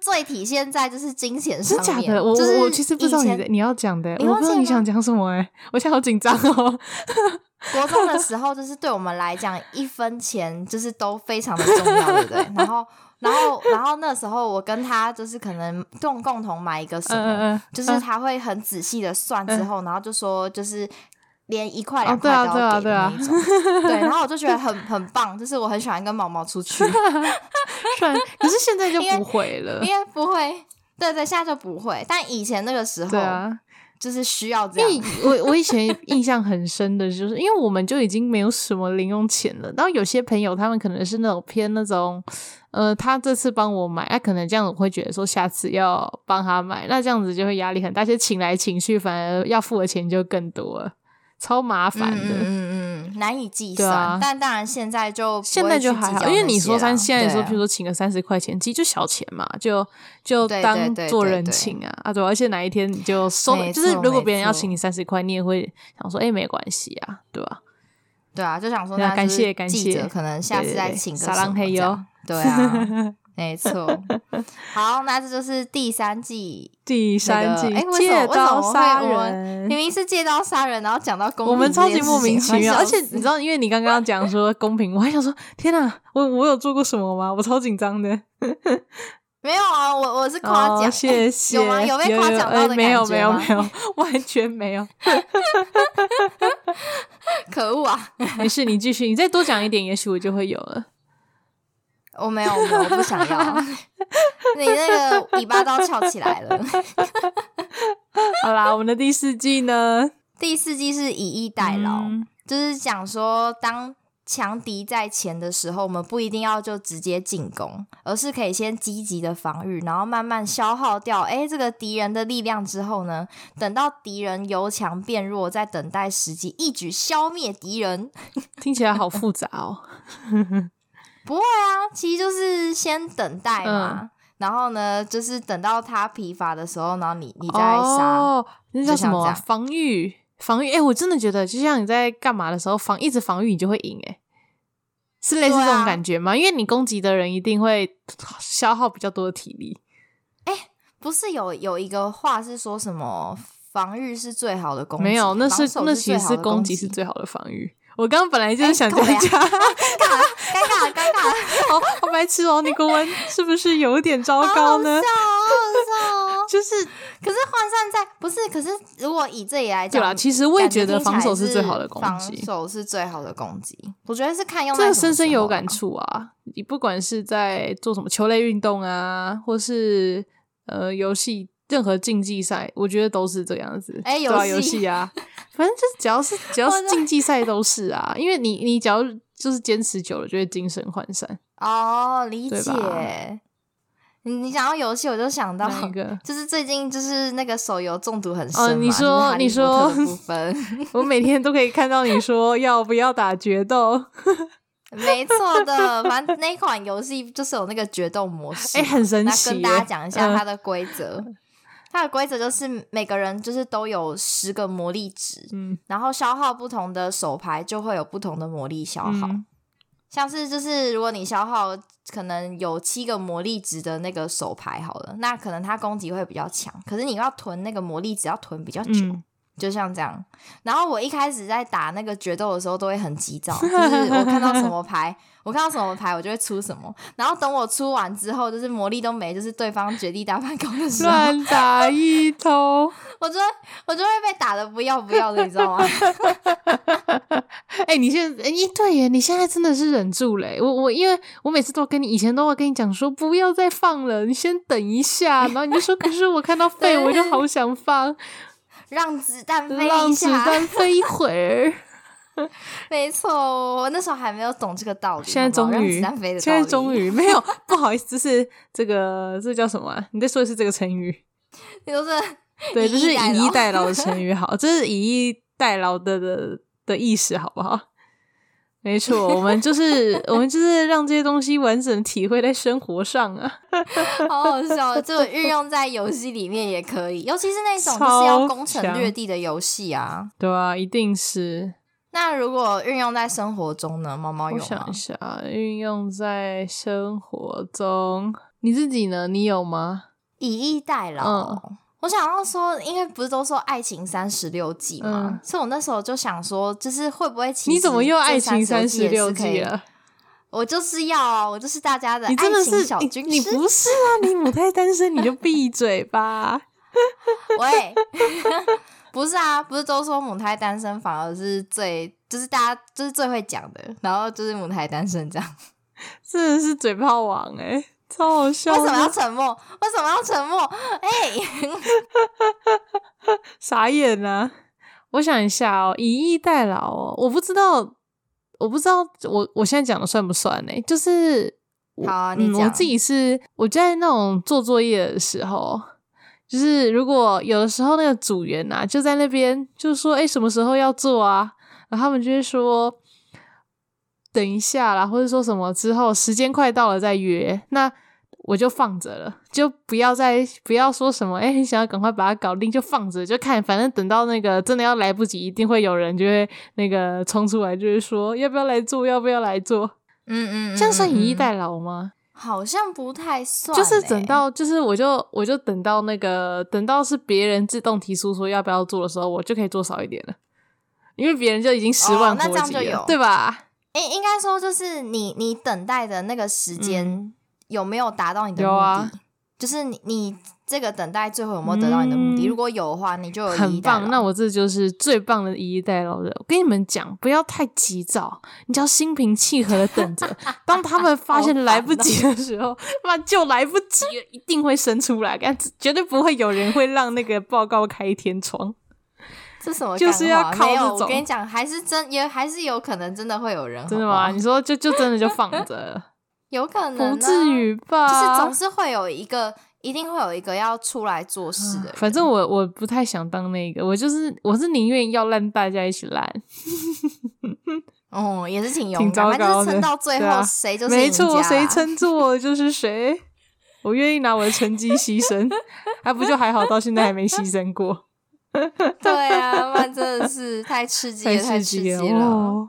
Speaker 4: 最体现在就是金钱
Speaker 3: 真
Speaker 4: 上
Speaker 3: 假
Speaker 4: 面。
Speaker 3: 的，我
Speaker 4: 就是
Speaker 3: 我我其实不知道
Speaker 4: 以
Speaker 3: 你
Speaker 4: 前
Speaker 3: 的你要讲的欸，
Speaker 4: 你
Speaker 3: 我
Speaker 4: 忘
Speaker 3: 不知道
Speaker 4: 记
Speaker 3: 你
Speaker 4: 了
Speaker 3: 想
Speaker 4: 吗
Speaker 3: 讲什么哎，我现在好紧张哦。
Speaker 4: 国中的时候，就是对我们来讲，一分钱就是都非常的重要，对不对？然后，然后，然后那时候我跟他就是可能共共同买一个什
Speaker 3: 嗯
Speaker 4: 么， <laughs>
Speaker 3: 嗯嗯，
Speaker 4: 就是他会很仔细的算之后，然后就说就是连一块
Speaker 3: 哦
Speaker 4: 两
Speaker 3: 对
Speaker 4: 块
Speaker 3: 啊
Speaker 4: 都
Speaker 3: 对啊
Speaker 4: 要给
Speaker 3: 对
Speaker 4: 的
Speaker 3: 啊
Speaker 4: 那一种。对，然后我就觉得很很棒，就是我很喜欢跟毛毛出
Speaker 3: <laughs>
Speaker 4: 去，
Speaker 3: 算，可是现在就
Speaker 4: 因为
Speaker 3: 不会了。
Speaker 4: 因为不会。对对，现在就不会，但以前那个时候
Speaker 3: 对啊，
Speaker 4: 就是需要这
Speaker 3: 因
Speaker 4: 样。
Speaker 3: 为我我以前印象很深的就是，因为我们就已经没有什么零用钱了。然后有些朋友他们可能是那种偏那种，呃，他这次帮我买，那、可能这样我会觉得说下次要帮他买，那这样子就会压力很大，而且请来请去，反而要付的钱就更多了，超麻
Speaker 4: 嗯
Speaker 3: 烦的。
Speaker 4: 嗯嗯嗯，难以计
Speaker 3: 对
Speaker 4: 算，
Speaker 3: 啊
Speaker 4: 但当然现在就不
Speaker 3: 现
Speaker 4: 会
Speaker 3: 在
Speaker 4: 去
Speaker 3: 就还
Speaker 4: 计
Speaker 3: 好，
Speaker 4: 较
Speaker 3: 因为
Speaker 4: 那
Speaker 3: 你
Speaker 4: 些
Speaker 3: 说
Speaker 4: 啦
Speaker 3: 三现在说，
Speaker 4: 对啊
Speaker 3: 比如说请个三十块钱，其实就小钱嘛，就就
Speaker 4: 对对
Speaker 3: 当
Speaker 4: 对
Speaker 3: 做
Speaker 4: 对
Speaker 3: 人
Speaker 4: 对
Speaker 3: 情啊啊对，而且哪一天你就收了，
Speaker 4: 没
Speaker 3: 就是
Speaker 4: 错
Speaker 3: 如果
Speaker 4: 没
Speaker 3: 别人要
Speaker 4: 错
Speaker 3: 请你三十块，你也会想说，哎、没关系啊，对吧、
Speaker 4: 对啊，就想说
Speaker 3: 对啊
Speaker 4: 那
Speaker 3: 感
Speaker 4: 就是
Speaker 3: 谢感
Speaker 4: 记者
Speaker 3: 谢
Speaker 4: 可能下
Speaker 3: 对
Speaker 4: 次
Speaker 3: 对
Speaker 4: 再
Speaker 3: 对
Speaker 4: 请个
Speaker 3: 撒
Speaker 4: 什
Speaker 3: 浪
Speaker 4: 么
Speaker 3: 嘿
Speaker 4: 这样
Speaker 3: 哟
Speaker 4: 对啊，没错。好，那这就是第三季
Speaker 3: 第
Speaker 4: 那
Speaker 3: 三
Speaker 4: 个
Speaker 3: 季
Speaker 4: 哎，为什
Speaker 3: 借
Speaker 4: 么为什
Speaker 3: 刀
Speaker 4: 么
Speaker 3: 杀
Speaker 4: 会我们
Speaker 3: 人
Speaker 4: 明。明是借刀杀人，然后讲到公
Speaker 3: 我们
Speaker 4: 平这
Speaker 3: 超
Speaker 4: 件
Speaker 3: 级莫
Speaker 4: 事情
Speaker 3: 名其妙，
Speaker 4: 我快
Speaker 3: 而且
Speaker 4: 笑死
Speaker 3: 你知道，因为你刚刚讲说公平，我还想说，天哪，我我有做过什么吗？我超紧张的。
Speaker 4: 没有啊？我我是 <laughs> 夸奖，
Speaker 3: 哦谢谢。
Speaker 4: 有吗有被夸奖到
Speaker 3: 哎
Speaker 4: 的
Speaker 3: 没有
Speaker 4: 感觉
Speaker 3: 没有
Speaker 4: 吗
Speaker 3: 没有， <laughs> 完全没有。
Speaker 4: 可恶啊！
Speaker 3: 没事，你继续，你再多讲一点，也许我就会有了。
Speaker 4: 我没有，我没有我不想要。你那个尾巴都翘起来了。
Speaker 3: <laughs> 好啦，我们的第四季呢，
Speaker 4: 第四季是以逸待劳，
Speaker 3: 嗯
Speaker 4: 就是讲说，当强敌在前的时候，我们不一定要就直接进攻，而是可以先积极的防御，然后慢慢消耗掉哎这个敌人的力量之后呢，等到敌人由强变弱，再等待时机，一举消灭敌人。
Speaker 3: 听起来好复杂哦。
Speaker 4: 不会啊，其实就是先等待嘛。
Speaker 3: 嗯
Speaker 4: 然后呢，就是等到他疲乏的时候，然后你你再杀。
Speaker 3: 哦，那叫
Speaker 4: 就
Speaker 3: 什么
Speaker 4: 像
Speaker 3: 啊
Speaker 4: 这样
Speaker 3: 防御？防御？哎，我真的觉得，就像你在干嘛的时候防一直防御，你就会赢。哎，是类似
Speaker 4: 对
Speaker 3: 这
Speaker 4: 啊
Speaker 3: 种感觉吗？因为你攻击的人一定会消耗比较多的体力。
Speaker 4: 不是有有一个话是说什么防御是最好的攻击？
Speaker 3: 没有，那
Speaker 4: 防
Speaker 3: 是
Speaker 4: 守
Speaker 3: 那
Speaker 4: 是
Speaker 3: 其实
Speaker 4: 最好
Speaker 3: 是
Speaker 4: 的
Speaker 3: 攻
Speaker 4: 攻
Speaker 3: 击是最好的防御。我刚刚本来就是想这
Speaker 4: 哎
Speaker 3: 样
Speaker 4: 对
Speaker 3: 讲， <laughs>
Speaker 4: 尴尬了，尴尬了，尴尬了，
Speaker 3: 好好白痴哦，你国文是不是有点糟糕
Speaker 4: 好
Speaker 3: 呢？
Speaker 4: 好笑哦。
Speaker 3: 就是
Speaker 4: 可是换算在不是，可是如果以这里来
Speaker 3: 对
Speaker 4: 讲，
Speaker 3: 啦，其实我也觉得
Speaker 4: 感
Speaker 3: 防守
Speaker 4: 听起来是
Speaker 3: 最好的攻击
Speaker 4: 防，守是最好的攻击。我觉得是看用在
Speaker 3: 这个
Speaker 4: 什么
Speaker 3: 深深
Speaker 4: 时候
Speaker 3: 有
Speaker 4: 吧
Speaker 3: 感。触啊！你不管是在做什么球类运动啊，或是呃游戏，任何竞技赛，我觉得都是这样子。
Speaker 4: 哎
Speaker 3: 对啊
Speaker 4: 游
Speaker 3: 游
Speaker 4: 戏
Speaker 3: 戏
Speaker 4: <laughs>
Speaker 3: 啊，反正就是只要是只要
Speaker 4: 我
Speaker 3: 是
Speaker 4: 的
Speaker 3: 竞技赛都是啊，因为你你只要就是坚持久了，就会精神涣散。
Speaker 4: 哦，理
Speaker 3: 对吧
Speaker 4: 解。你你讲到游戏，我就想到？
Speaker 3: 哪一个
Speaker 4: 就是最近就是那个手游中毒很深
Speaker 3: 哦
Speaker 4: 嘛，
Speaker 3: 你
Speaker 4: 就是
Speaker 3: 说
Speaker 4: 哈利
Speaker 3: 你
Speaker 4: 波特的
Speaker 3: 说
Speaker 4: 部分， <laughs>
Speaker 3: 我每天都可以看到你说要不要打
Speaker 4: <laughs>
Speaker 3: 决斗，
Speaker 4: 没错的，反正那款游戏就是有那个决斗模式，
Speaker 3: <laughs> 哎、很神
Speaker 4: 那
Speaker 3: 奇耶。
Speaker 4: 跟大家讲一下
Speaker 3: 嗯
Speaker 4: 它的规则。它的规则就是每个人就是都有十个魔力值，
Speaker 3: 嗯，
Speaker 4: 然后消耗不同的手牌就会有不同的魔力消耗。
Speaker 3: 嗯
Speaker 4: 像是就是如果你消耗可能有七个魔力值的那个手牌好了，那可能它攻击会比较强，可是你要囤那个魔力值要囤比较久，
Speaker 3: 嗯
Speaker 4: 就像这样。然后我一开始在打那个决斗的时候都会很急躁，就是我看到什么牌，我看到什么牌我就会出什么。然后等我出完之后，就是魔力都没，就是对方绝地大反攻的时候，
Speaker 3: 乱打一通。
Speaker 4: 我就会我就会被打的不要不要的，你知道吗？ <laughs>
Speaker 3: 哎、你现在，哎、对耶，你现在真的是忍住了耶。我我因为我每次都跟你以前都会跟你讲说不要再放了，你先等一下，然后你就说可是我
Speaker 4: <laughs>
Speaker 3: 看到肺我就好想放，
Speaker 4: 让子弹飞
Speaker 3: 让
Speaker 4: 一
Speaker 3: 子
Speaker 4: 下，
Speaker 3: 弹飞一会
Speaker 4: <laughs>
Speaker 3: 儿。
Speaker 4: 没错，我那时候还没有懂这个道理。
Speaker 3: 现在
Speaker 4: 好
Speaker 3: 终
Speaker 4: 不好
Speaker 3: 于，
Speaker 4: 让子弹飞的道理，
Speaker 3: 现在
Speaker 4: <laughs>
Speaker 3: 终于没有不好意思，这是这个这叫什么啊、你在说的是这个成语？
Speaker 4: 你都是 <laughs>
Speaker 3: 对，
Speaker 4: 以
Speaker 3: 这是
Speaker 4: 逸待
Speaker 3: 以逸
Speaker 4: 劳
Speaker 3: 待劳的
Speaker 4: <laughs>
Speaker 3: 成语，好，这是以逸待劳的的的意识，好不好？没错，我们就是我们就是让这些东西完整体会在生活上啊，
Speaker 4: 好好笑，就运用在游戏里面也可以，尤其是那种就是要攻城略地的游戏啊。
Speaker 3: 对啊，一定是。
Speaker 4: 那如果运用在生活中呢？猫猫
Speaker 3: 我
Speaker 4: 有
Speaker 3: 想
Speaker 4: 吗
Speaker 3: 一？下，运用在生活中，你自己呢？你有吗？
Speaker 4: 以逸待劳。
Speaker 3: 嗯
Speaker 4: 我想要说，因为不是都说爱情三十六计嘛，
Speaker 3: 嗯
Speaker 4: 所以我那时候就想说，就是会不会其实
Speaker 3: 你怎么又爱情
Speaker 4: 三
Speaker 3: 三十六
Speaker 4: 计
Speaker 3: 计？了？
Speaker 4: 我就是要啊，我就是大家的
Speaker 3: 你
Speaker 4: 爱
Speaker 3: 真的
Speaker 4: 情
Speaker 3: 是
Speaker 4: 小
Speaker 3: 你
Speaker 4: 军
Speaker 3: 你
Speaker 4: 师。
Speaker 3: 不是啊？你母胎单身你就闭嘴吧。
Speaker 4: 喂， <laughs> 不是啊，不是都说母胎单身反而是最，就是大家就是最会讲的，然后就是母胎单身这样。
Speaker 3: 真的是嘴炮王哎、超好笑
Speaker 4: 为
Speaker 3: 的！
Speaker 4: 什么要沉默？为什么要沉默？哎、
Speaker 3: 傻眼啊！我想一下哦，以逸待劳哦，我不知道，我不知道我我现在讲的算不算呢、就是我
Speaker 4: 好啊你
Speaker 3: 嗯，我
Speaker 4: 讲
Speaker 3: 自己是我在那种做作业的时候，就是如果有的时候那个组员啊就在那边就说哎、诶什么时候要做啊，然后他们就会说等一下啦，或者说什么之后时间快到了再约，那我就放着了，就不要再不要说什么哎、你想要赶快把它搞定，就放着，就看，反正等到那个真的要来不及，一定会有人就会那个冲出来，就是说要不要来做，要不要来做，
Speaker 4: 嗯嗯，
Speaker 3: 这样算以逸
Speaker 4: 代，
Speaker 3: 待劳吗？
Speaker 4: 好像不太算、
Speaker 3: 就是等
Speaker 4: 欸
Speaker 3: 到，就是我就我就等到那个等到是别人自动提出说要不要做的时候，我就可以做少一点了，因为别人就已经十万
Speaker 4: 哦那
Speaker 3: 火
Speaker 4: 这样
Speaker 3: 急
Speaker 4: 就
Speaker 3: 了，
Speaker 4: 有
Speaker 3: 对吧？
Speaker 4: 应应该说就是你你等待的那个时间
Speaker 3: 嗯
Speaker 4: 有没有达到你的目
Speaker 3: 有
Speaker 4: 的？
Speaker 3: 啊
Speaker 4: 就是你你这个等待最后有没有得到你的目的？
Speaker 3: 嗯
Speaker 4: 如果有的话，你就有以
Speaker 3: 很
Speaker 4: 逸待劳
Speaker 3: 棒，那我这就是最棒的以逸待劳的。我跟你们讲，不要太急躁，你只要心平气和的等着，
Speaker 4: <laughs>
Speaker 3: 当他们发现来
Speaker 4: 哦
Speaker 3: 不及的时候，那、就来不及了，一定会生出来，但绝对不会有人会让那个报告开天窗。
Speaker 4: 这什么干话？
Speaker 3: 就是要靠
Speaker 4: 没有
Speaker 3: 这
Speaker 4: 我
Speaker 3: 种
Speaker 4: 跟你讲，还是真也还是有可能真的会有人，
Speaker 3: 真的
Speaker 4: 好不好
Speaker 3: 吗？你说就就真的就放着，
Speaker 4: 有可能、啊、
Speaker 3: 不至，于吧？
Speaker 4: 就是总是会有一个，一定会有一个要出来做事的人。
Speaker 3: 啊反正我我不太想当那个，我就是我是宁愿要烂，大家一起烂。
Speaker 4: 哦、也是挺勇
Speaker 3: 挺
Speaker 4: 敢，反
Speaker 3: 糟
Speaker 4: 正就
Speaker 3: 糕
Speaker 4: 是
Speaker 3: 的，
Speaker 4: 撑到最
Speaker 3: 对
Speaker 4: 后，
Speaker 3: 啊
Speaker 4: 谁就是
Speaker 3: 没
Speaker 4: 赢家啊
Speaker 3: 错，
Speaker 4: 啦 <laughs>
Speaker 3: 谁撑住了就是谁。我愿意拿我的成绩牺牲，还不就还好，到现在还没牺牲过，
Speaker 4: <laughs> 对啊，那真的是太刺
Speaker 3: <laughs>
Speaker 4: 激了，太
Speaker 3: 刺
Speaker 4: 刺
Speaker 3: 激
Speaker 4: 激
Speaker 3: 了
Speaker 4: 了。
Speaker 3: 哦！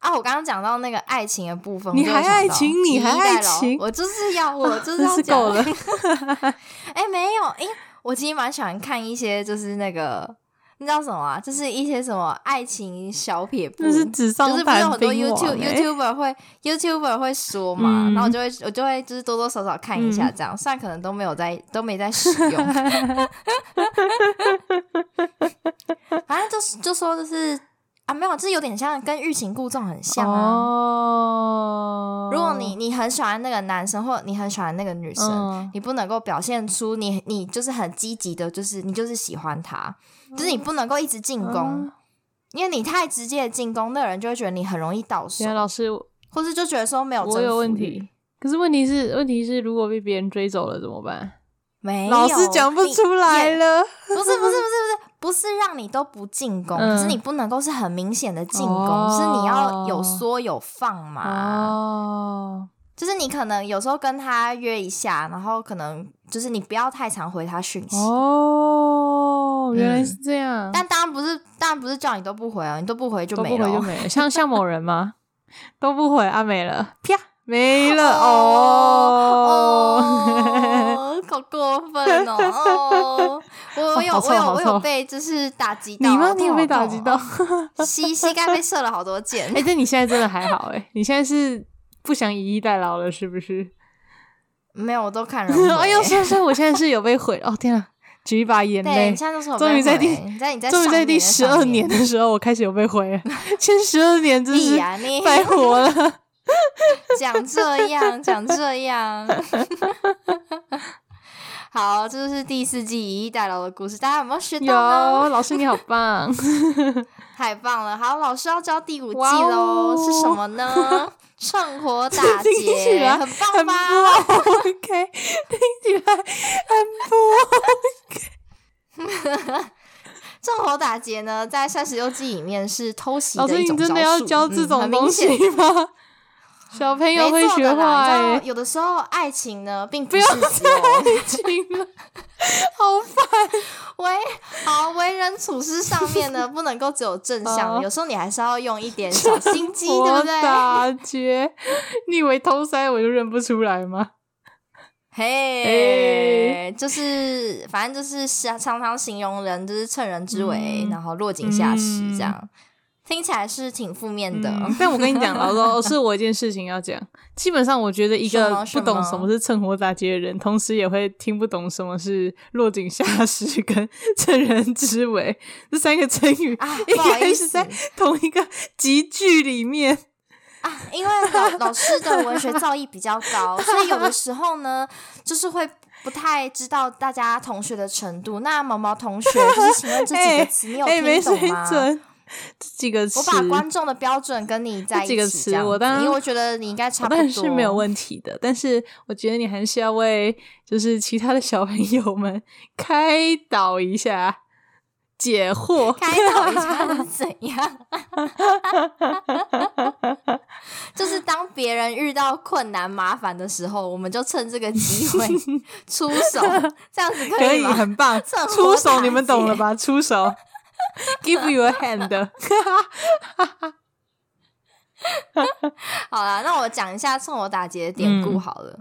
Speaker 4: 啊，我刚刚讲到那个爱情的部分，
Speaker 3: 你
Speaker 4: 我就有
Speaker 3: 还
Speaker 4: 想
Speaker 3: 爱
Speaker 4: 到
Speaker 3: 情你
Speaker 4: 以逸
Speaker 3: 还
Speaker 4: 待
Speaker 3: 爱
Speaker 4: 劳
Speaker 3: 情
Speaker 4: 我就是
Speaker 3: <laughs>
Speaker 4: 要，我就是
Speaker 3: 真
Speaker 4: 要
Speaker 3: 是
Speaker 4: 讲
Speaker 3: 够了
Speaker 4: <laughs> 哎、没有，哎、我其实蛮喜欢看一些，就是那个。你知道什么、啊？就是一些什么爱情小撇步，
Speaker 3: 那是纸上
Speaker 4: 就是不是有
Speaker 3: 谈
Speaker 4: 很多
Speaker 3: 兵
Speaker 4: YouTube
Speaker 3: 王欸
Speaker 4: YouTuber 会 YouTuber 会说嘛，
Speaker 3: 嗯
Speaker 4: 然后我就会我就会就是多多少少看一下这样，虽然可能都没有在都没在使用，反正就是就说就是啊没有，就是有点像跟欲擒故纵很像啊。
Speaker 3: 哦。
Speaker 4: 如果你你很喜欢那个男生，或者你很喜欢那个女生，
Speaker 3: 嗯
Speaker 4: 你不能够表现出你你就是很积极的，就是你就是喜欢他，就是你不能够一直进攻，
Speaker 3: 啊
Speaker 4: 因为你太直接的进攻，那人就会觉得你很容易到手
Speaker 3: 原来，老师，
Speaker 4: 或是就觉得说没有
Speaker 3: 我
Speaker 4: 征
Speaker 3: 有
Speaker 4: 服
Speaker 3: 问
Speaker 4: 欲
Speaker 3: 题，，可是问题是，问题是如果被别人追走了怎么办？
Speaker 4: 没有
Speaker 3: 老师讲不
Speaker 4: 你
Speaker 3: 出来
Speaker 4: 也
Speaker 3: 了，
Speaker 4: 不是不是不是不是不是让你都不进攻，
Speaker 3: 嗯
Speaker 4: 可是你不能够是很明显的进攻，
Speaker 3: 哦
Speaker 4: 是你要有缩有放嘛。
Speaker 3: 哦，
Speaker 4: 就是你可能有时候跟他约一下，然后可能就是你不要太常回他讯息。
Speaker 3: 哦，原来
Speaker 4: 嗯
Speaker 3: 是这样。
Speaker 4: 但当然不是，当然不是叫你都不回哦，你都不回就
Speaker 3: 都
Speaker 4: 没
Speaker 3: 不
Speaker 4: 了
Speaker 3: 回
Speaker 4: 哦。 <laughs>
Speaker 3: 就没了，像像某人吗？都不回啊，没了，啪，没了哦。 <laughs>
Speaker 4: 哦，好过分哦！哦，我有
Speaker 3: 好臭
Speaker 4: 我有
Speaker 3: 好
Speaker 4: 我
Speaker 3: 臭
Speaker 4: 有被就是打击
Speaker 3: 你
Speaker 4: 到，
Speaker 3: 吗？
Speaker 4: 好
Speaker 3: 你有
Speaker 4: 痛
Speaker 3: 被
Speaker 4: 好
Speaker 3: 打
Speaker 4: 痛
Speaker 3: 击
Speaker 4: 哦
Speaker 3: 到？ <laughs>
Speaker 4: 膝膝盖被射了好多箭
Speaker 3: 哎、。但你现在真的还好哎、你现在是不想以逸待劳了，是不是？ <laughs>
Speaker 4: 没有，我都看人回。
Speaker 3: 哎呦，算算，我现在是有被毁哦！天啊，举一把眼
Speaker 4: 对，
Speaker 3: 泪
Speaker 4: 你。现在都是我
Speaker 3: 终于在第
Speaker 4: 你在你在
Speaker 3: 终于
Speaker 4: 上
Speaker 3: 在第
Speaker 4: 面
Speaker 3: 十
Speaker 4: 上
Speaker 3: 二
Speaker 4: 面
Speaker 3: 年的时候，我开始有被毁
Speaker 4: <laughs>
Speaker 3: 了。前十二年真
Speaker 4: 你
Speaker 3: 是
Speaker 4: 呀你
Speaker 3: 白活了。
Speaker 4: <laughs> 讲这样，讲这样。 <laughs> 好，这就是第四季以逸待劳的故事，大家有没有学
Speaker 3: 有
Speaker 4: 到呢？
Speaker 3: 老师你好棒，
Speaker 4: 太棒了！好，老师要教第五季
Speaker 3: 哇
Speaker 4: 喽，
Speaker 3: 哦
Speaker 4: 是什么
Speaker 3: <laughs>
Speaker 4: 呢？趁火打
Speaker 3: 听起
Speaker 4: 劫，
Speaker 3: 来
Speaker 4: 很
Speaker 3: 啊很
Speaker 4: 棒
Speaker 3: 不
Speaker 4: 吧？
Speaker 3: OK，听起来很
Speaker 4: 趁火打劫呢，在三十六计里面是偷袭
Speaker 3: 不。老
Speaker 4: 的
Speaker 3: 师
Speaker 4: 一
Speaker 3: 你
Speaker 4: 种
Speaker 3: 真的要
Speaker 4: 术
Speaker 3: 教这
Speaker 4: 嗯
Speaker 3: 种
Speaker 4: 很明
Speaker 3: 东
Speaker 4: 显
Speaker 3: 西吗？ <laughs> 小朋友
Speaker 4: 没
Speaker 3: 会
Speaker 4: 错
Speaker 3: 学
Speaker 4: 的
Speaker 3: 坏
Speaker 4: 啦，你知
Speaker 3: 欸 <laughs>
Speaker 4: 道，，有的时候爱情呢，并不
Speaker 3: 不要
Speaker 4: 是只有
Speaker 3: 太
Speaker 4: <laughs>
Speaker 3: 轻了，好烦。
Speaker 4: 为好为人处事上面呢，不能够只有正向的，
Speaker 3: 哦
Speaker 4: 有时候你还是要用一点小心
Speaker 3: <laughs>
Speaker 4: 机，对
Speaker 3: 我
Speaker 4: 不对？
Speaker 3: 打劫，你以为偷塞我就认不出来吗？
Speaker 4: 嘿，就是反正就是常常形容人就是趁人之危，
Speaker 3: 嗯
Speaker 4: 然后落井下石
Speaker 3: 嗯
Speaker 4: 这样，听起来是挺负面的。
Speaker 3: 嗯但我跟你讲，老周是我一件事情要讲。 <laughs> 基本上，我觉得一
Speaker 4: 什
Speaker 3: 个
Speaker 4: 么什
Speaker 3: 不
Speaker 4: 么
Speaker 3: 懂什么是趁火打劫的人，同时也会听不懂什么是落井下石跟趁人之危 <laughs> 这三个成语
Speaker 4: 啊，
Speaker 3: <laughs> 应
Speaker 4: 不好
Speaker 3: 该
Speaker 4: 意
Speaker 3: 是
Speaker 4: 思
Speaker 3: 在同一个集句里面。
Speaker 4: 啊，因为老老师的文学造诣比较
Speaker 3: <laughs>
Speaker 4: 高，所以有的时候呢，就是会不太知道大家同学的程度。那毛毛同学，就是请问这几个词你有
Speaker 3: <laughs> 哎、没
Speaker 4: 听懂
Speaker 3: 水
Speaker 4: 吗？
Speaker 3: 准，这几个词
Speaker 4: 我把观众的标准跟你在一起
Speaker 3: 这几个词
Speaker 4: 这样子
Speaker 3: 我当然
Speaker 4: 因为我觉得你应该差不多，
Speaker 3: 当然是没有问题的，但是我觉得你还是要为就是其他的小朋友们 <laughs> 开导一下，解惑。
Speaker 4: 开
Speaker 3: <laughs>
Speaker 4: 导一下是怎样？ <laughs> 就是当别人遇到困难麻烦的时候，我们就趁这个机会 <laughs> 出手，这样子
Speaker 3: 可
Speaker 4: 以
Speaker 3: 以，
Speaker 4: 吗？
Speaker 3: 很棒
Speaker 4: 趁火，
Speaker 3: 出
Speaker 4: 打
Speaker 3: 手
Speaker 4: 劫
Speaker 3: 你们懂了吧？
Speaker 4: <laughs>
Speaker 3: 出手，give you a hand，
Speaker 4: 好啦，那我讲一下趁火打劫的典故
Speaker 3: 嗯
Speaker 4: 好了。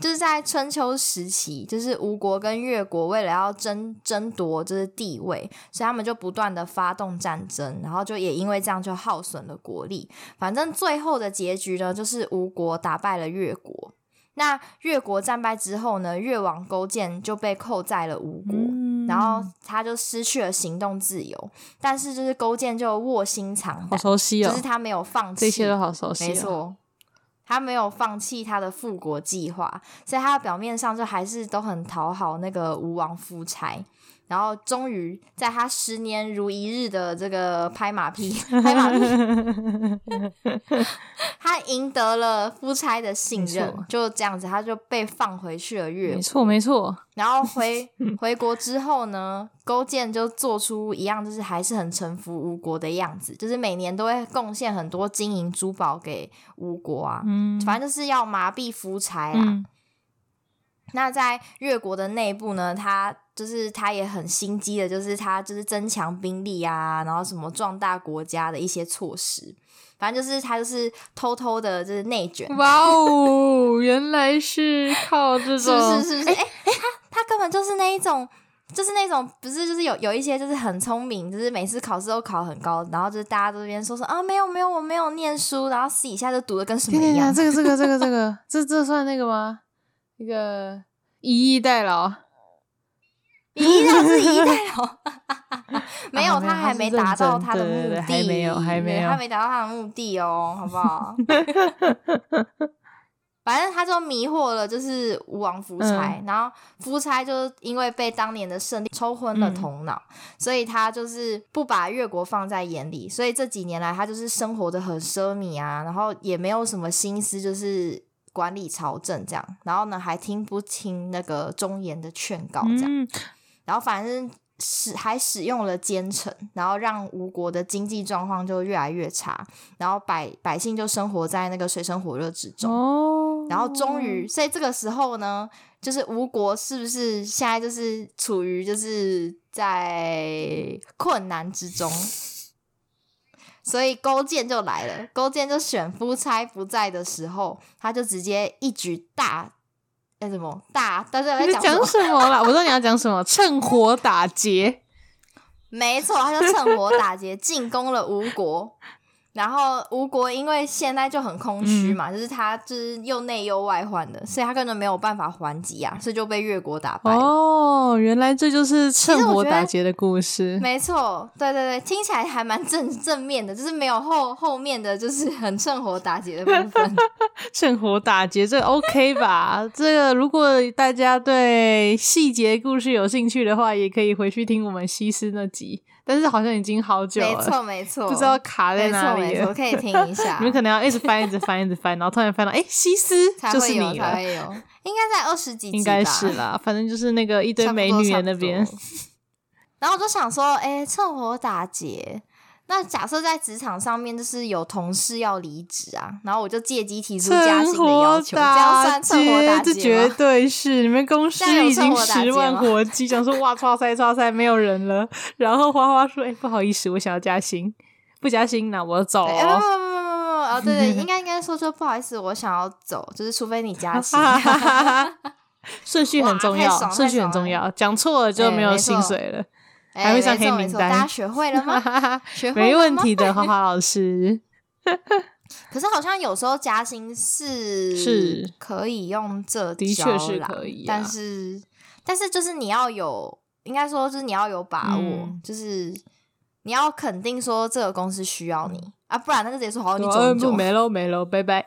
Speaker 4: 就是在春秋时期，就是吴国跟越国为了要争争夺就是地位，所以他们就不断的发动战争，然后就也因为这样就耗损了国力。反正最后的结局呢，就是吴国打败了越国。那越国战败之后呢，越王勾践就被扣在了吴国。
Speaker 3: 嗯
Speaker 4: 然后他就失去了行动自由，但是就是勾践就卧薪尝
Speaker 3: 好
Speaker 4: 胆，
Speaker 3: 熟悉
Speaker 4: 就
Speaker 3: 哦
Speaker 4: 是，他没有放弃，
Speaker 3: 这些都好熟悉、哦，
Speaker 4: 没错，他没有放弃他的复国计划，所以他表面上就还是都很讨好那个吴王夫差。然后终于在他十年如一日的这个拍马
Speaker 3: <laughs>
Speaker 4: 屁，拍马屁， <laughs> 他赢得了夫差的信
Speaker 3: 没
Speaker 4: 任
Speaker 3: 错，
Speaker 4: 就这样子，他就被放回去了越
Speaker 3: 没
Speaker 4: 国。
Speaker 3: 错，没错，
Speaker 4: 然后回回国之后呢，勾践就做出一样，就是还是很臣服吴国的样子，就是每年都会贡献很多金银珠宝给吴国啊，
Speaker 3: 嗯，
Speaker 4: 反正就是要麻痹夫差啦。
Speaker 3: 嗯，
Speaker 4: 那在越国的内部呢，他就是他也很心机的，就是他就是增强兵力啊，然后什么壮大国家的一些措施，反正就是他就是偷偷的，就是内卷，
Speaker 3: 哇哦，原来是靠
Speaker 4: <laughs>
Speaker 3: 这
Speaker 4: 是不
Speaker 3: 种
Speaker 4: 是是不是？哎、他他根本就是那一种，就是那种不是就是有有一些就是很聪明，就是每次考试都考很高，然后就是大家都这边说说啊没有没有我没有念书，然后私底下就读的跟什么
Speaker 3: 天天
Speaker 4: 一样
Speaker 3: 天，。这个这个这个这个，这这算那个吗？那个以逸待劳，
Speaker 4: <laughs> 一样是一代
Speaker 3: <laughs>
Speaker 4: 哦，没有，
Speaker 3: 啊没有
Speaker 4: 他还没
Speaker 3: 他是认
Speaker 4: 达到
Speaker 3: 真
Speaker 4: 他的
Speaker 3: 对对
Speaker 4: 目
Speaker 3: 对
Speaker 4: 的，
Speaker 3: 还没有还没
Speaker 4: 对
Speaker 3: 有
Speaker 4: 他没达到他的目的哦，好不
Speaker 3: <laughs>
Speaker 4: 好？反正他就迷惑了，就是吴王夫差，
Speaker 3: 嗯
Speaker 4: 然后夫差就是因为被当年的胜利抽昏了头脑，
Speaker 3: 嗯
Speaker 4: 所以他就是不把越国放在眼里，所以这几年来他就是生活的很奢靡啊，然后也没有什么心思，就是管理朝政这样，然后呢还听不清那个忠言的劝告这样。
Speaker 3: 嗯，
Speaker 4: 然后反正使还使用了奸臣，然后让吴国的经济状况就越来越差，然后百百姓就生活在那个水深火热之中。
Speaker 3: 哦，
Speaker 4: 然后终于，所以这个时候呢，就是吴国是不是现在就是处于就是在困难之中？所以勾践就来了，勾践就选夫差不在的时候，他就直接一举大那什么大，大家在
Speaker 3: 你在
Speaker 4: 讲什
Speaker 3: 讲
Speaker 4: 么？
Speaker 3: 什么啦？我知道你要讲什么，趁火打劫。
Speaker 4: 没错，他就趁火打劫进攻了吴国。 <laughs> 然后吴国因为现在就很空虚
Speaker 3: 嗯
Speaker 4: 嘛，就是他就是又内忧外患的，所以他根本没有办法还击啊，所以就被越国打败了。
Speaker 3: <laughs> 哦，原来这就是趁火打劫的故事。
Speaker 4: 没错，对对对，听起来还蛮正正面的，就是没有后后面的就是很趁火打劫的部
Speaker 3: <laughs>
Speaker 4: 分。
Speaker 3: 趁火打劫，这 OK 吧？这个如果大家对细节故事有兴趣的话，也可以回去听我们西施那集。但是好像已经好久
Speaker 4: 没
Speaker 3: 了，
Speaker 4: 错没错，
Speaker 3: 啊不知道卡在
Speaker 4: 没
Speaker 3: 哪
Speaker 4: 错
Speaker 3: 里
Speaker 4: 没错，
Speaker 3: 了。
Speaker 4: 可以听一下
Speaker 3: <laughs> 你。啊们可能要一直翻，一直翻，一直翻，然后突然翻到，哎、西施
Speaker 4: 才
Speaker 3: 就是
Speaker 4: 会有，
Speaker 3: 你
Speaker 4: 才
Speaker 3: 了，
Speaker 4: 会有，应该在二十几集吧，
Speaker 3: 应该是啦。反正就是那个一堆
Speaker 4: 差不
Speaker 3: 美
Speaker 4: 多
Speaker 3: 女
Speaker 4: 差
Speaker 3: 的
Speaker 4: 不
Speaker 3: 那边 <laughs>
Speaker 4: 多，然后我就想说，哎、趁火打劫。那假设在职场上面，就是有同事要离职啊，然后我就借机提出加薪
Speaker 3: 趁
Speaker 4: 的要
Speaker 3: 火
Speaker 4: 求，这样
Speaker 3: 打
Speaker 4: 算趁火
Speaker 3: 劫
Speaker 4: 打，
Speaker 3: 这
Speaker 4: 劫
Speaker 3: 绝
Speaker 4: 吗？
Speaker 3: 对是你们公司
Speaker 4: 这样有
Speaker 3: 已
Speaker 4: 趁
Speaker 3: 经
Speaker 4: 火打劫
Speaker 3: 十万
Speaker 4: 吗
Speaker 3: 火急，想说哇，超塞超塞，没有人了。然后花花说：“哎、不好意思，我想要加薪，不加薪那我走
Speaker 4: 对，哎、不不不不不不不，哦，对
Speaker 3: <laughs>
Speaker 4: 对，应该应该说说不好意思，我想要走，就是除非你加
Speaker 3: <laughs>
Speaker 4: 薪。哎
Speaker 3: 哦。”顺序很
Speaker 4: 哇
Speaker 3: 重
Speaker 4: 太
Speaker 3: 要，
Speaker 4: 爽
Speaker 3: 顺
Speaker 4: 太
Speaker 3: 序
Speaker 4: 爽
Speaker 3: 很重
Speaker 4: 了
Speaker 3: 要，讲错了就
Speaker 4: 哎
Speaker 3: 没有
Speaker 4: 没
Speaker 3: 薪
Speaker 4: 错
Speaker 3: 水了。
Speaker 4: 哎
Speaker 3: 还会
Speaker 4: 没错
Speaker 3: 上黑名
Speaker 4: 没错
Speaker 3: 单
Speaker 4: 大家学会了
Speaker 3: <laughs>
Speaker 4: 吗？学会
Speaker 3: 没
Speaker 4: 了
Speaker 3: 问
Speaker 4: 吗
Speaker 3: 题的，花花老师。
Speaker 4: 可是好像有时候加薪是
Speaker 3: 是
Speaker 4: 可以用这
Speaker 3: 的
Speaker 4: 招
Speaker 3: 确是
Speaker 4: 啦
Speaker 3: 可以啊
Speaker 4: 但是但是就是你要有，应该说就是你要有把握，
Speaker 3: 嗯
Speaker 4: 就是你要肯定说这个公司需要你啊，不然那个直接说好你
Speaker 3: 我
Speaker 4: 走
Speaker 3: 嗯
Speaker 4: 你
Speaker 3: 不
Speaker 4: 走，
Speaker 3: 没喽没喽，拜
Speaker 4: <laughs>
Speaker 3: 拜，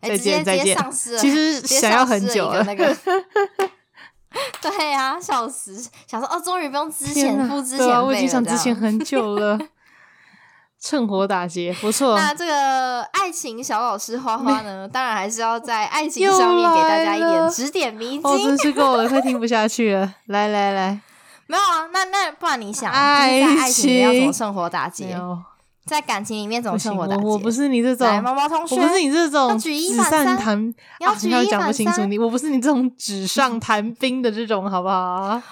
Speaker 4: 哎、
Speaker 3: 再
Speaker 4: 直接
Speaker 3: 见再
Speaker 4: 直接
Speaker 3: 见。 <laughs>
Speaker 4: 丧失了，
Speaker 3: 其实
Speaker 4: 直接
Speaker 3: 想要
Speaker 4: 丧
Speaker 3: 很
Speaker 4: 失了
Speaker 3: 久
Speaker 4: 一个
Speaker 3: 了
Speaker 4: 那
Speaker 3: <laughs>
Speaker 4: 个。 <laughs> 对呀、笑死！想说哦，终于不用之
Speaker 3: 天
Speaker 4: 前
Speaker 3: 呐
Speaker 4: 付之
Speaker 3: 对
Speaker 4: 前
Speaker 3: 啊，我已
Speaker 4: 费
Speaker 3: 经
Speaker 4: 了
Speaker 3: 想
Speaker 4: 这
Speaker 3: 之前
Speaker 4: 样
Speaker 3: 很久
Speaker 4: <laughs>
Speaker 3: 了。趁火打劫，不错。
Speaker 4: 那这个爱情小老师花花呢，当然还是要在爱情
Speaker 3: 又
Speaker 4: 上面给大
Speaker 3: 来
Speaker 4: 家一
Speaker 3: 了
Speaker 4: 点指点迷津。
Speaker 3: 哦，真是够了，快听不下去了。来来
Speaker 4: <laughs>
Speaker 3: 来，
Speaker 4: 没有啊，那那不然你想，
Speaker 3: 爱
Speaker 4: 就是在爱情里面要怎么
Speaker 3: 情
Speaker 4: 趁火打
Speaker 3: 没
Speaker 4: 劫？
Speaker 3: 有，
Speaker 4: 在感情里面怎
Speaker 3: 不
Speaker 4: 么趁
Speaker 3: 行，
Speaker 4: 火
Speaker 3: 我
Speaker 4: 打劫？
Speaker 3: 我不是你这种，
Speaker 4: 来，毛毛同学，
Speaker 3: 我不是你这
Speaker 4: 要
Speaker 3: 种
Speaker 4: 举一
Speaker 3: 纸
Speaker 4: 反
Speaker 3: 上
Speaker 4: 三
Speaker 3: 谈，
Speaker 4: 你要
Speaker 3: 啊
Speaker 4: 举
Speaker 3: 好像
Speaker 4: 一
Speaker 3: 讲不
Speaker 4: 反
Speaker 3: 清楚
Speaker 4: 三
Speaker 3: 你，我不是你这种纸上谈兵的这种，好不好？
Speaker 4: 哦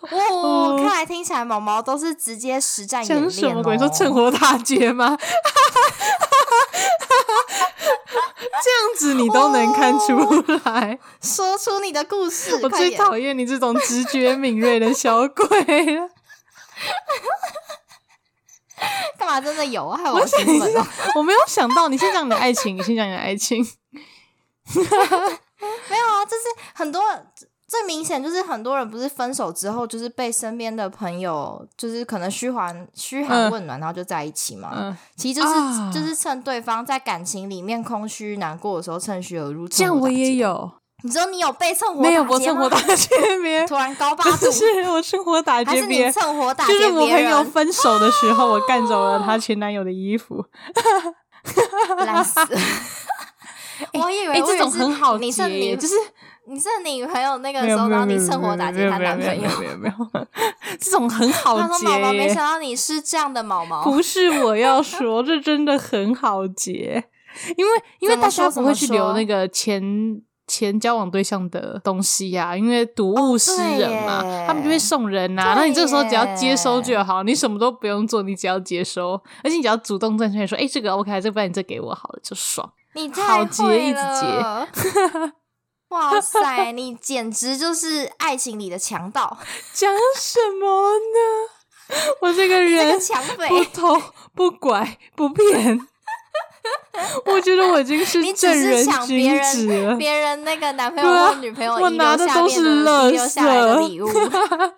Speaker 3: <laughs> 哦，
Speaker 4: 看来听起来毛毛都是直接实战演练哦。
Speaker 3: 讲什么鬼？说趁火打劫吗？ <laughs> 这样子你都
Speaker 4: 哦
Speaker 3: 能看出来，
Speaker 4: 说出你的故事，
Speaker 3: 我
Speaker 4: 快
Speaker 3: 最
Speaker 4: 点
Speaker 3: 讨厌你这种直觉敏锐的小鬼了。
Speaker 4: <laughs> 哦干嘛？真的有啊，害我
Speaker 3: <laughs> 我
Speaker 4: 好
Speaker 3: 想
Speaker 4: 兴
Speaker 3: 一
Speaker 4: 奋
Speaker 3: 下
Speaker 4: 哦。，
Speaker 3: 我没有想到。你先讲你的爱情，你先讲你的爱情。
Speaker 4: 没有啊，就是 <laughs> 很多最明显就是很多人不是分手之后，就是被身边的朋友就是可能嘘寒嘘寒
Speaker 3: 嗯
Speaker 4: 问暖，然后就在一起嘛。 <laughs>
Speaker 3: 嗯，
Speaker 4: 其实就是、
Speaker 3: 啊
Speaker 4: 就是趁对方在感情里面空虚难过的时候趁虚而入。
Speaker 3: 这样
Speaker 4: 趁火
Speaker 3: 我
Speaker 4: 打
Speaker 3: 也
Speaker 4: 劫，
Speaker 3: 有，
Speaker 4: 你知道你有被趁火
Speaker 3: 没有
Speaker 4: 打
Speaker 3: 我
Speaker 4: 劫
Speaker 3: 趁火
Speaker 4: 吗
Speaker 3: 打劫别人，
Speaker 4: <laughs> 突然高八度
Speaker 3: <laughs> 不，是我趁火打
Speaker 4: 还
Speaker 3: 劫
Speaker 4: 是
Speaker 3: 别
Speaker 4: 你
Speaker 3: 人，
Speaker 4: 趁
Speaker 3: <laughs>
Speaker 4: 火打
Speaker 3: 就
Speaker 4: 劫
Speaker 3: 是我
Speaker 4: 别
Speaker 3: 朋友
Speaker 4: 人？
Speaker 3: 分手的时候，我干
Speaker 4: <laughs>
Speaker 3: 走了她前男友的衣服。
Speaker 4: 烂 <laughs> 死！我以为、
Speaker 3: 哎，
Speaker 4: 我以
Speaker 3: 这
Speaker 4: 为
Speaker 3: 种
Speaker 4: 是
Speaker 3: 很好
Speaker 4: 你
Speaker 3: 劫
Speaker 4: 趁你
Speaker 3: 耶，就是
Speaker 4: 你趁你朋友那个
Speaker 3: 没
Speaker 4: 时
Speaker 3: 有
Speaker 4: 候，
Speaker 3: 没
Speaker 4: 然
Speaker 3: 有
Speaker 4: 后
Speaker 3: 没
Speaker 4: 你
Speaker 3: 有
Speaker 4: 趁
Speaker 3: 没
Speaker 4: 火
Speaker 3: 有
Speaker 4: 打
Speaker 3: 没
Speaker 4: 劫
Speaker 3: 有
Speaker 4: 她
Speaker 3: 没有
Speaker 4: 男
Speaker 3: 没
Speaker 4: 朋
Speaker 3: 有没
Speaker 4: 友。
Speaker 3: 有没有没有， <laughs> 这种很好
Speaker 4: 他说：“毛毛，没
Speaker 3: 劫
Speaker 4: 想。到你是这样的毛毛。”
Speaker 3: 不是我要说，这真的很好劫，因为因为
Speaker 4: 怎么
Speaker 3: 大家
Speaker 4: 说
Speaker 3: 不
Speaker 4: 怎
Speaker 3: 会去
Speaker 4: 么
Speaker 3: 留
Speaker 4: 说
Speaker 3: 那个前前交往对象的东西呀、因为睹物思人嘛，
Speaker 4: 哦对耶
Speaker 3: 他们就会送人呐、那你这个时候只要
Speaker 4: 对耶
Speaker 3: 接收就好，你什么都不用做，你只要接收，而且你只要主动站出来说，哎、这个 OK，这个不然你这给我好了，就爽。
Speaker 4: 你
Speaker 3: 好
Speaker 4: 太
Speaker 3: 结
Speaker 4: 会
Speaker 3: 一直结
Speaker 4: 了！
Speaker 3: <laughs>
Speaker 4: 哇塞，你简直就是爱情里的强
Speaker 3: <laughs>
Speaker 4: 盗，
Speaker 3: 讲什么呢？ <laughs> 我这个
Speaker 4: 这
Speaker 3: 人
Speaker 4: 个强匪。
Speaker 3: 不偷不拐不骗。我觉得我已经
Speaker 4: <laughs>
Speaker 3: 是
Speaker 4: 你
Speaker 3: 正
Speaker 4: 只是
Speaker 3: 人
Speaker 4: 抢别
Speaker 3: 君子了
Speaker 4: 人，别人那个男朋友
Speaker 3: 对啊
Speaker 4: 或女朋友
Speaker 3: 我
Speaker 4: 遗
Speaker 3: 拿
Speaker 4: 留
Speaker 3: 的
Speaker 4: 下
Speaker 3: 都
Speaker 4: 面
Speaker 3: 是
Speaker 4: 的遗
Speaker 3: 垃
Speaker 4: 留下来的
Speaker 3: 圾
Speaker 4: 礼物， <laughs>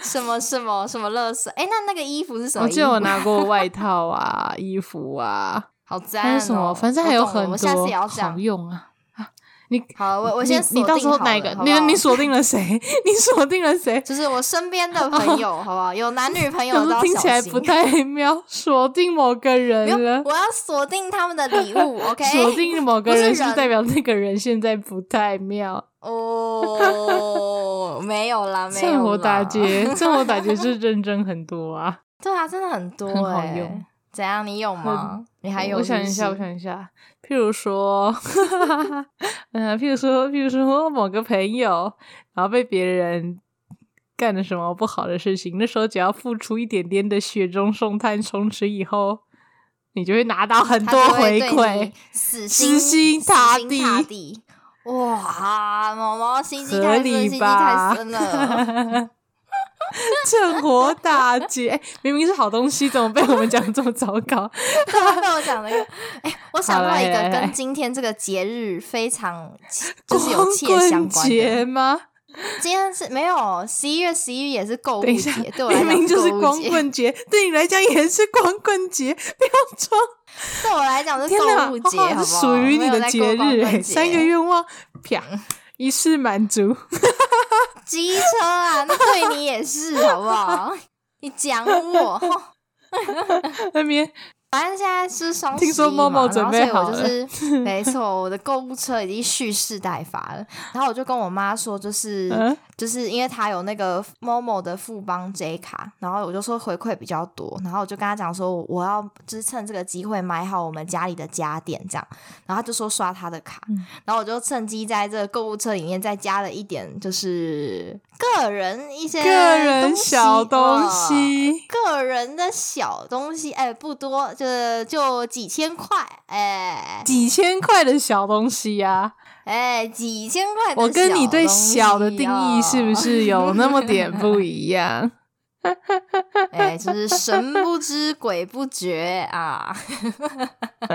Speaker 4: 什么什么什么乐色？哎，那那个衣服是什么
Speaker 3: 我
Speaker 4: 衣服？
Speaker 3: 记得
Speaker 4: <laughs>
Speaker 3: 我拿过外套啊、衣服啊，
Speaker 4: 好赞哦！
Speaker 3: 还有什么，反正还有
Speaker 4: 我懂了
Speaker 3: 很
Speaker 4: 我下次也要
Speaker 3: 多好
Speaker 4: 讲。
Speaker 3: 用啊。啊，你
Speaker 4: 好，我我
Speaker 3: 你
Speaker 4: 先
Speaker 3: 你
Speaker 4: 锁
Speaker 3: 到时
Speaker 4: 定
Speaker 3: 候
Speaker 4: 好
Speaker 3: 哪一
Speaker 4: 了
Speaker 3: 个？
Speaker 4: 好
Speaker 3: 你
Speaker 4: 不好
Speaker 3: 你锁定了谁？ <laughs> 你锁定了
Speaker 4: <laughs>
Speaker 3: 谁？
Speaker 4: 就是我身边的朋友，好不好？有男女
Speaker 3: <laughs>
Speaker 4: 朋友的
Speaker 3: 可
Speaker 4: 都
Speaker 3: 是
Speaker 4: 要
Speaker 3: 哦听起来
Speaker 4: 小
Speaker 3: 不
Speaker 4: 心。
Speaker 3: 太 <laughs> 妙，锁定某个
Speaker 4: 没有
Speaker 3: 人了，
Speaker 4: 我要锁定他们的礼
Speaker 3: <laughs>
Speaker 4: 物，OK？
Speaker 3: 锁定某
Speaker 4: <laughs>
Speaker 3: 个
Speaker 4: 不是
Speaker 3: 人，是不是
Speaker 4: 人
Speaker 3: 代表那个人现在不太妙？
Speaker 4: 哦，没有啦，没有啦
Speaker 3: <laughs> 趁火打。劫，趁火
Speaker 4: <laughs>
Speaker 3: 打劫是认真很多啊。
Speaker 4: 对啊，真的很多、欸，
Speaker 3: 很好用。
Speaker 4: 怎样？你有吗？你还有
Speaker 3: 我想一下，我
Speaker 4: 是不是
Speaker 3: 想一下，譬如说， <laughs> 嗯、譬如说，譬如说某个朋友，然后被别人干了什么不好的事情，那时候只要付出一点点的雪中送炭，从此以后，你就会拿到很
Speaker 4: 嗯他
Speaker 3: 多
Speaker 4: 就会
Speaker 3: 回
Speaker 4: 对
Speaker 3: 馈
Speaker 4: 你。死
Speaker 3: 死
Speaker 4: 心
Speaker 3: 心
Speaker 4: 死
Speaker 3: 塌
Speaker 4: 心
Speaker 3: 地
Speaker 4: 塌地。哇，毛毛心机
Speaker 3: 合
Speaker 4: 太深，
Speaker 3: 理
Speaker 4: 心机
Speaker 3: 吧
Speaker 4: 太深了。
Speaker 3: 趁火打劫、哎明明是好东西，怎么被我们讲这么糟糕？
Speaker 4: 怎么被我讲了一个？哎、我想
Speaker 3: 好
Speaker 4: 到
Speaker 3: 来
Speaker 4: 一个
Speaker 3: 来来
Speaker 4: 跟今天这个节日非常 <laughs> 就是有切相
Speaker 3: 光棍
Speaker 4: 关的。
Speaker 3: 节吗？
Speaker 4: 今天是没有十一月十一也是购物
Speaker 3: 等一下
Speaker 4: 节，对，我啊来
Speaker 3: 明
Speaker 4: 讲
Speaker 3: 明就是
Speaker 4: 购物
Speaker 3: 光
Speaker 4: 节，
Speaker 3: 棍节，对你来讲也是光棍节，不要装。
Speaker 4: 对我来讲是
Speaker 3: 天哪，
Speaker 4: 购物
Speaker 3: 哦
Speaker 4: 节，好不好？
Speaker 3: <laughs> 是属于你的节
Speaker 4: 没有在过
Speaker 3: 日、
Speaker 4: 光
Speaker 3: 哎
Speaker 4: 棍节
Speaker 3: 三个愿望，啪，一次满足。
Speaker 4: 机车啊，那对你也是，好不好？ <laughs> 你讲我，哼
Speaker 3: 那边
Speaker 4: 反正现在是双十一
Speaker 3: <laughs> 听
Speaker 4: 嘛，
Speaker 3: 说猫猫准备
Speaker 4: 然后
Speaker 3: 好
Speaker 4: 所以我就是没错，我的购物车已经蓄势待发了。然后我就跟我妈说，就是、
Speaker 3: 嗯
Speaker 4: 就是因为她有那个 Momo 的富邦 J 卡，然后我就说回馈比较多，然后我就跟她讲说，我要就是趁这个机会买好我们家里的家电这样。然后她就说刷她的卡，
Speaker 3: 嗯
Speaker 4: 然后我就趁机在这个购物车里面再加了一点，就是个人一些
Speaker 3: 个人
Speaker 4: 东西
Speaker 3: 小东
Speaker 4: 嗯
Speaker 3: 西，
Speaker 4: 个人的小东西，哎，不多，就就几千块，哎
Speaker 3: 几千块的小东西呀、
Speaker 4: 哎，几千块的小东西哦、
Speaker 3: 我跟你对小的定义是不是有那么点不一样？
Speaker 4: 哎，就是神不知鬼不觉啊， <laughs>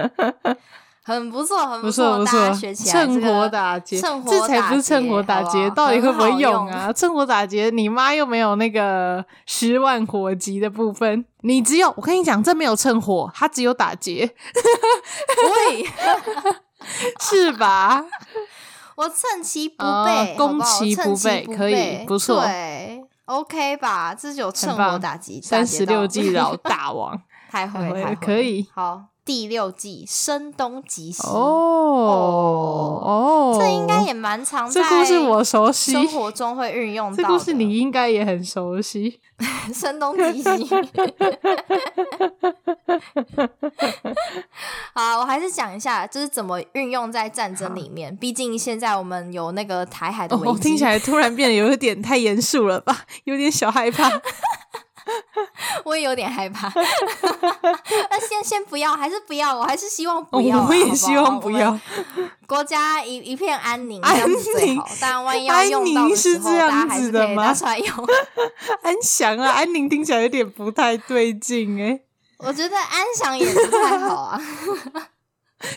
Speaker 4: 很不错，很
Speaker 3: 不
Speaker 4: 错，
Speaker 3: 错不
Speaker 4: 大
Speaker 3: 错
Speaker 4: 家学，起来、这
Speaker 3: 趁
Speaker 4: 个
Speaker 3: 火打劫，
Speaker 4: 趁火
Speaker 3: 这才不
Speaker 4: 打
Speaker 3: 是趁火打
Speaker 4: 好
Speaker 3: 劫，
Speaker 4: 不好
Speaker 3: 到底会不会
Speaker 4: 很好
Speaker 3: 用
Speaker 4: 用
Speaker 3: 啊？趁火打劫，你妈又没有那个十万火急的部分，你只有我跟你讲，这没有趁火，它只有打劫，
Speaker 4: 喂， <laughs>
Speaker 3: 是 <laughs> 吧？
Speaker 4: 我趁其不备，
Speaker 3: 哦
Speaker 4: 好不
Speaker 3: 攻
Speaker 4: 好
Speaker 3: 其
Speaker 4: 趁
Speaker 3: 不
Speaker 4: 其
Speaker 3: 备
Speaker 4: 不
Speaker 3: 可以
Speaker 4: 备
Speaker 3: 不错
Speaker 4: 对，OK 吧？这就有趁火
Speaker 3: 棒
Speaker 4: 打劫，打
Speaker 3: 三
Speaker 4: 劫
Speaker 3: 十
Speaker 4: 到
Speaker 3: 六计老大 <laughs> 王
Speaker 4: 太会
Speaker 3: 太会
Speaker 4: 太
Speaker 3: 了
Speaker 4: 会
Speaker 3: 可以
Speaker 4: 好，第六季声东击西，
Speaker 3: 哦哦，
Speaker 4: 这应该也蛮常
Speaker 3: 这
Speaker 4: 在
Speaker 3: 故事我熟悉，
Speaker 4: 生活中会运用到
Speaker 3: 这
Speaker 4: 的。
Speaker 3: 故事你应该也很熟悉。
Speaker 4: 声东击西。 <laughs> 好，我还是讲一下，就是怎么运用在战争里面。毕竟现在我们有那个台海的危
Speaker 3: 哦，
Speaker 4: 机，
Speaker 3: 听起来突然变得有一点太严肃了吧，有点小害怕。哦
Speaker 4: 我也有点害怕。 <laughs> 那先先不要，还是不要，我还是希望不要啊、
Speaker 3: 哦我们
Speaker 4: 好
Speaker 3: 也
Speaker 4: 好
Speaker 3: 希望不要。。
Speaker 4: 国家一一片安宁，
Speaker 3: <laughs> 安
Speaker 4: 这样子最好
Speaker 3: 宁。
Speaker 4: 但万一要用
Speaker 3: 安
Speaker 4: 到
Speaker 3: 宁
Speaker 4: 的
Speaker 3: 是
Speaker 4: 时候，
Speaker 3: 这样
Speaker 4: 大家还
Speaker 3: 子
Speaker 4: 是
Speaker 3: 的
Speaker 4: 可以
Speaker 3: 吗
Speaker 4: 拿出来用。
Speaker 3: 安详啊，安宁听起来有点不太对劲哎、
Speaker 4: <laughs> 我觉得安详也不太好啊。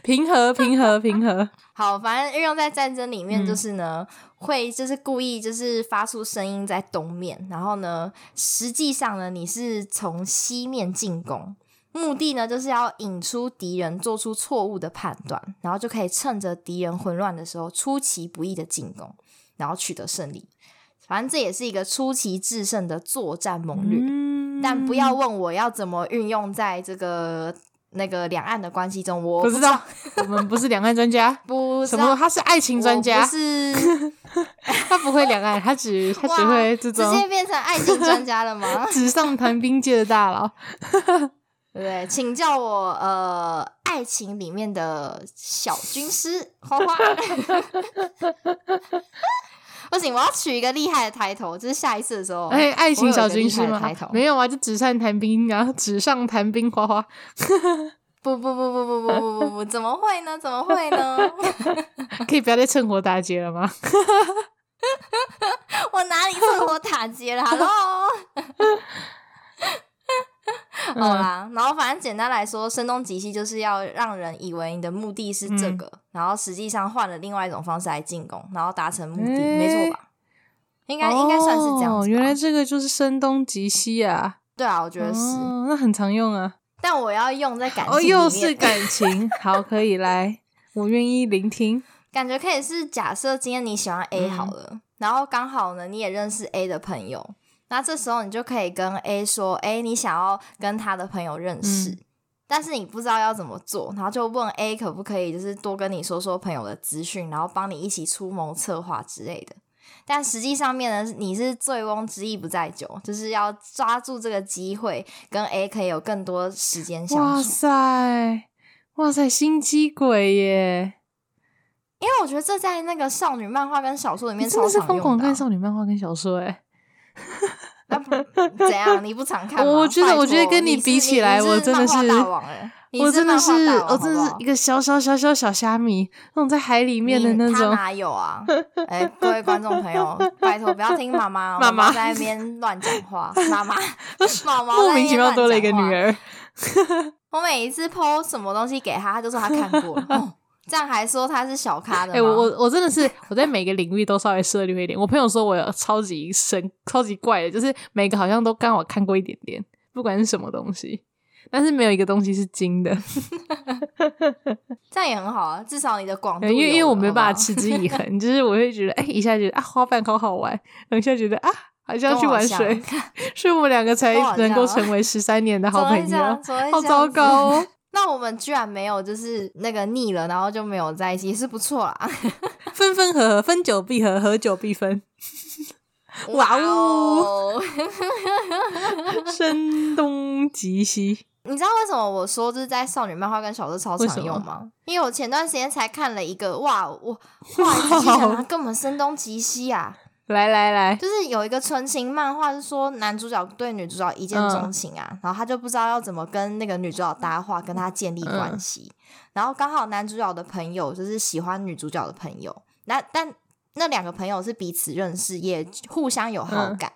Speaker 3: 平和，平和，平
Speaker 4: <laughs>
Speaker 3: 和。
Speaker 4: 好，反正运用在战争里面，
Speaker 3: 嗯
Speaker 4: 就是呢，会就是故意就是发出声音在东面，然后呢，实际上呢，你是从西面进攻，目的呢就是要引出敌人做出错误的判断，然后就可以趁着敌人混乱的时候出其不意的进攻，然后取得胜利。反正这也是一个出奇制胜的作战谋略。
Speaker 3: 嗯
Speaker 4: 但不要问我要怎么运用在这个那个两岸的关系中，我
Speaker 3: 嗯不知道，我们不是两岸专家，
Speaker 4: 不知
Speaker 3: 什么
Speaker 4: 道
Speaker 3: 他是爱情专
Speaker 4: 我不，
Speaker 3: 家
Speaker 4: 是
Speaker 3: 他不会两岸，他只他只
Speaker 4: <laughs> 哇
Speaker 3: 会
Speaker 4: 直
Speaker 3: 这
Speaker 4: 接
Speaker 3: 种？
Speaker 4: 变成爱情专家了吗
Speaker 3: 纸上谈兵界的大佬。
Speaker 4: 对不对，请叫我呃，爱情里面的小军师花花。不行，我要取一个厉害的抬头，就是下一次的时候，
Speaker 3: 哎，爱情小军师
Speaker 4: 哦我有一个厉害的
Speaker 3: 吗
Speaker 4: 抬头？
Speaker 3: 没有啊，就纸上谈兵啊，纸上谈兵花花。 <laughs>
Speaker 4: 不不不不不不不不不，怎么会呢？怎么会呢？
Speaker 3: 可以不要再趁火打劫了吗？
Speaker 4: 我哪里趁
Speaker 3: <laughs>
Speaker 4: 火打劫了？Hello，好啦，
Speaker 3: 嗯
Speaker 4: 然后反正简单来说，声东击西就是要让人以为你的目的是
Speaker 3: 嗯
Speaker 4: 这个，然后实际上换了另外一种方式来进攻，然后达成目的，
Speaker 3: 诶
Speaker 4: 没错吧？应该、应该算是这样
Speaker 3: 哦
Speaker 4: 子吧。
Speaker 3: 原来这个就是声东击西啊，
Speaker 4: 对啊，我觉得是，
Speaker 3: 哦，那很常用啊。
Speaker 4: 但我要用在感情
Speaker 3: 哦，
Speaker 4: 里面，
Speaker 3: 又是感情， <laughs> 好，可以来，我愿意聆听。
Speaker 4: 感觉可以是假设今天你喜欢
Speaker 3: 嗯
Speaker 4: A 好了，然后刚好呢你也认识 A 的朋友，那这时候你就可以跟 A 说，哎、你想要跟他的朋友认识，
Speaker 3: 嗯
Speaker 4: 但是你不知道要怎么做，然后就问 A 可不可以就是多跟你说说朋友的资讯，然后帮你一起出谋策划之类的。但实际上面呢，你是醉翁之意不在酒，就是要抓住这个机会，跟 A 可以有更多时间相
Speaker 3: 哇
Speaker 4: 处。
Speaker 3: 塞，哇塞，心机鬼耶！
Speaker 4: 因为我觉得这在那个少女漫画跟小说里
Speaker 3: 你
Speaker 4: 面
Speaker 3: 真
Speaker 4: 超
Speaker 3: 的是
Speaker 4: 常用啊
Speaker 3: 疯狂
Speaker 4: 的啊、
Speaker 3: 看少女漫画跟小说哎。
Speaker 4: <laughs> 那不怎样？你不常看吗？
Speaker 3: 我觉得
Speaker 4: 拜托
Speaker 3: 我觉得跟
Speaker 4: 你
Speaker 3: 你
Speaker 4: 是
Speaker 3: 比起来
Speaker 4: 你
Speaker 3: 我真的
Speaker 4: 漫画
Speaker 3: 是
Speaker 4: 大王
Speaker 3: <laughs>
Speaker 4: 哎，你
Speaker 3: 我真的是
Speaker 4: 漫画大王
Speaker 3: 我真的
Speaker 4: 好
Speaker 3: 是
Speaker 4: 不好
Speaker 3: 一个小小小小小虾米，那种在海里面的
Speaker 4: 你
Speaker 3: 那
Speaker 4: 他
Speaker 3: 种。
Speaker 4: 哪有
Speaker 3: <laughs>
Speaker 4: 啊？哎、各位观众朋友，拜托不要听妈妈哦，
Speaker 3: <laughs> 妈妈
Speaker 4: 妈在那边乱讲
Speaker 3: <laughs>
Speaker 4: 话，妈妈毛毛在那边
Speaker 3: 莫名其妙多了一个
Speaker 4: 乱
Speaker 3: 女
Speaker 4: 讲话。
Speaker 3: 儿，
Speaker 4: 我每一次 PO 什么东西给他，他就说他看过
Speaker 3: <laughs>
Speaker 4: 了，哦、这样还说他是小咖的
Speaker 3: 哎、
Speaker 4: 吗？
Speaker 3: 我我我真的是我在每个领域都稍微涉猎一点。我朋友说我有超级神、超级怪的，就是每个好像都刚好看过一点点，不管是什么东西，但是没有一个东西是精的，
Speaker 4: 这样也很好啊，至少你的广度
Speaker 3: 因
Speaker 4: 有了，
Speaker 3: 为因为我没
Speaker 4: 好不
Speaker 3: 办
Speaker 4: 好
Speaker 3: 法持之以恒， <laughs> 就是我会觉得哎、一下觉得啊花瓣好好玩，等一下觉得啊好像去玩水
Speaker 4: 跟我好，
Speaker 3: 所以我们两个才
Speaker 4: 跟我好像
Speaker 3: 能够成为十三年的好朋
Speaker 4: 怎么
Speaker 3: 友
Speaker 4: 会，这样
Speaker 3: 好糟糕。
Speaker 4: 怎么会这样
Speaker 3: 哦
Speaker 4: 子。那我们居然没有就是那个腻了，然后就没有在一起，也是不错啊啦。
Speaker 3: 分分合合，分久必合，合久必分， <laughs> 哇哦！声东击西。
Speaker 4: 你知道为什么我说就是在少女漫画跟小说超
Speaker 3: 为什
Speaker 4: 常
Speaker 3: 么
Speaker 4: 用吗？因为我前段时间才看了一个，哇，
Speaker 3: <laughs>
Speaker 4: 我哇，你仔细想
Speaker 3: 哦
Speaker 4: 它根本声东击西啊！
Speaker 3: 来来来，
Speaker 4: 就是有一个纯情漫画，是说男主角对女主角一见钟情啊，然后他就不知道要怎么跟那个女主角搭话，跟她建立关系。然后刚好男主角的朋友就是喜欢女主角的朋友，那但那两个朋友是彼此认识，也互相有好感。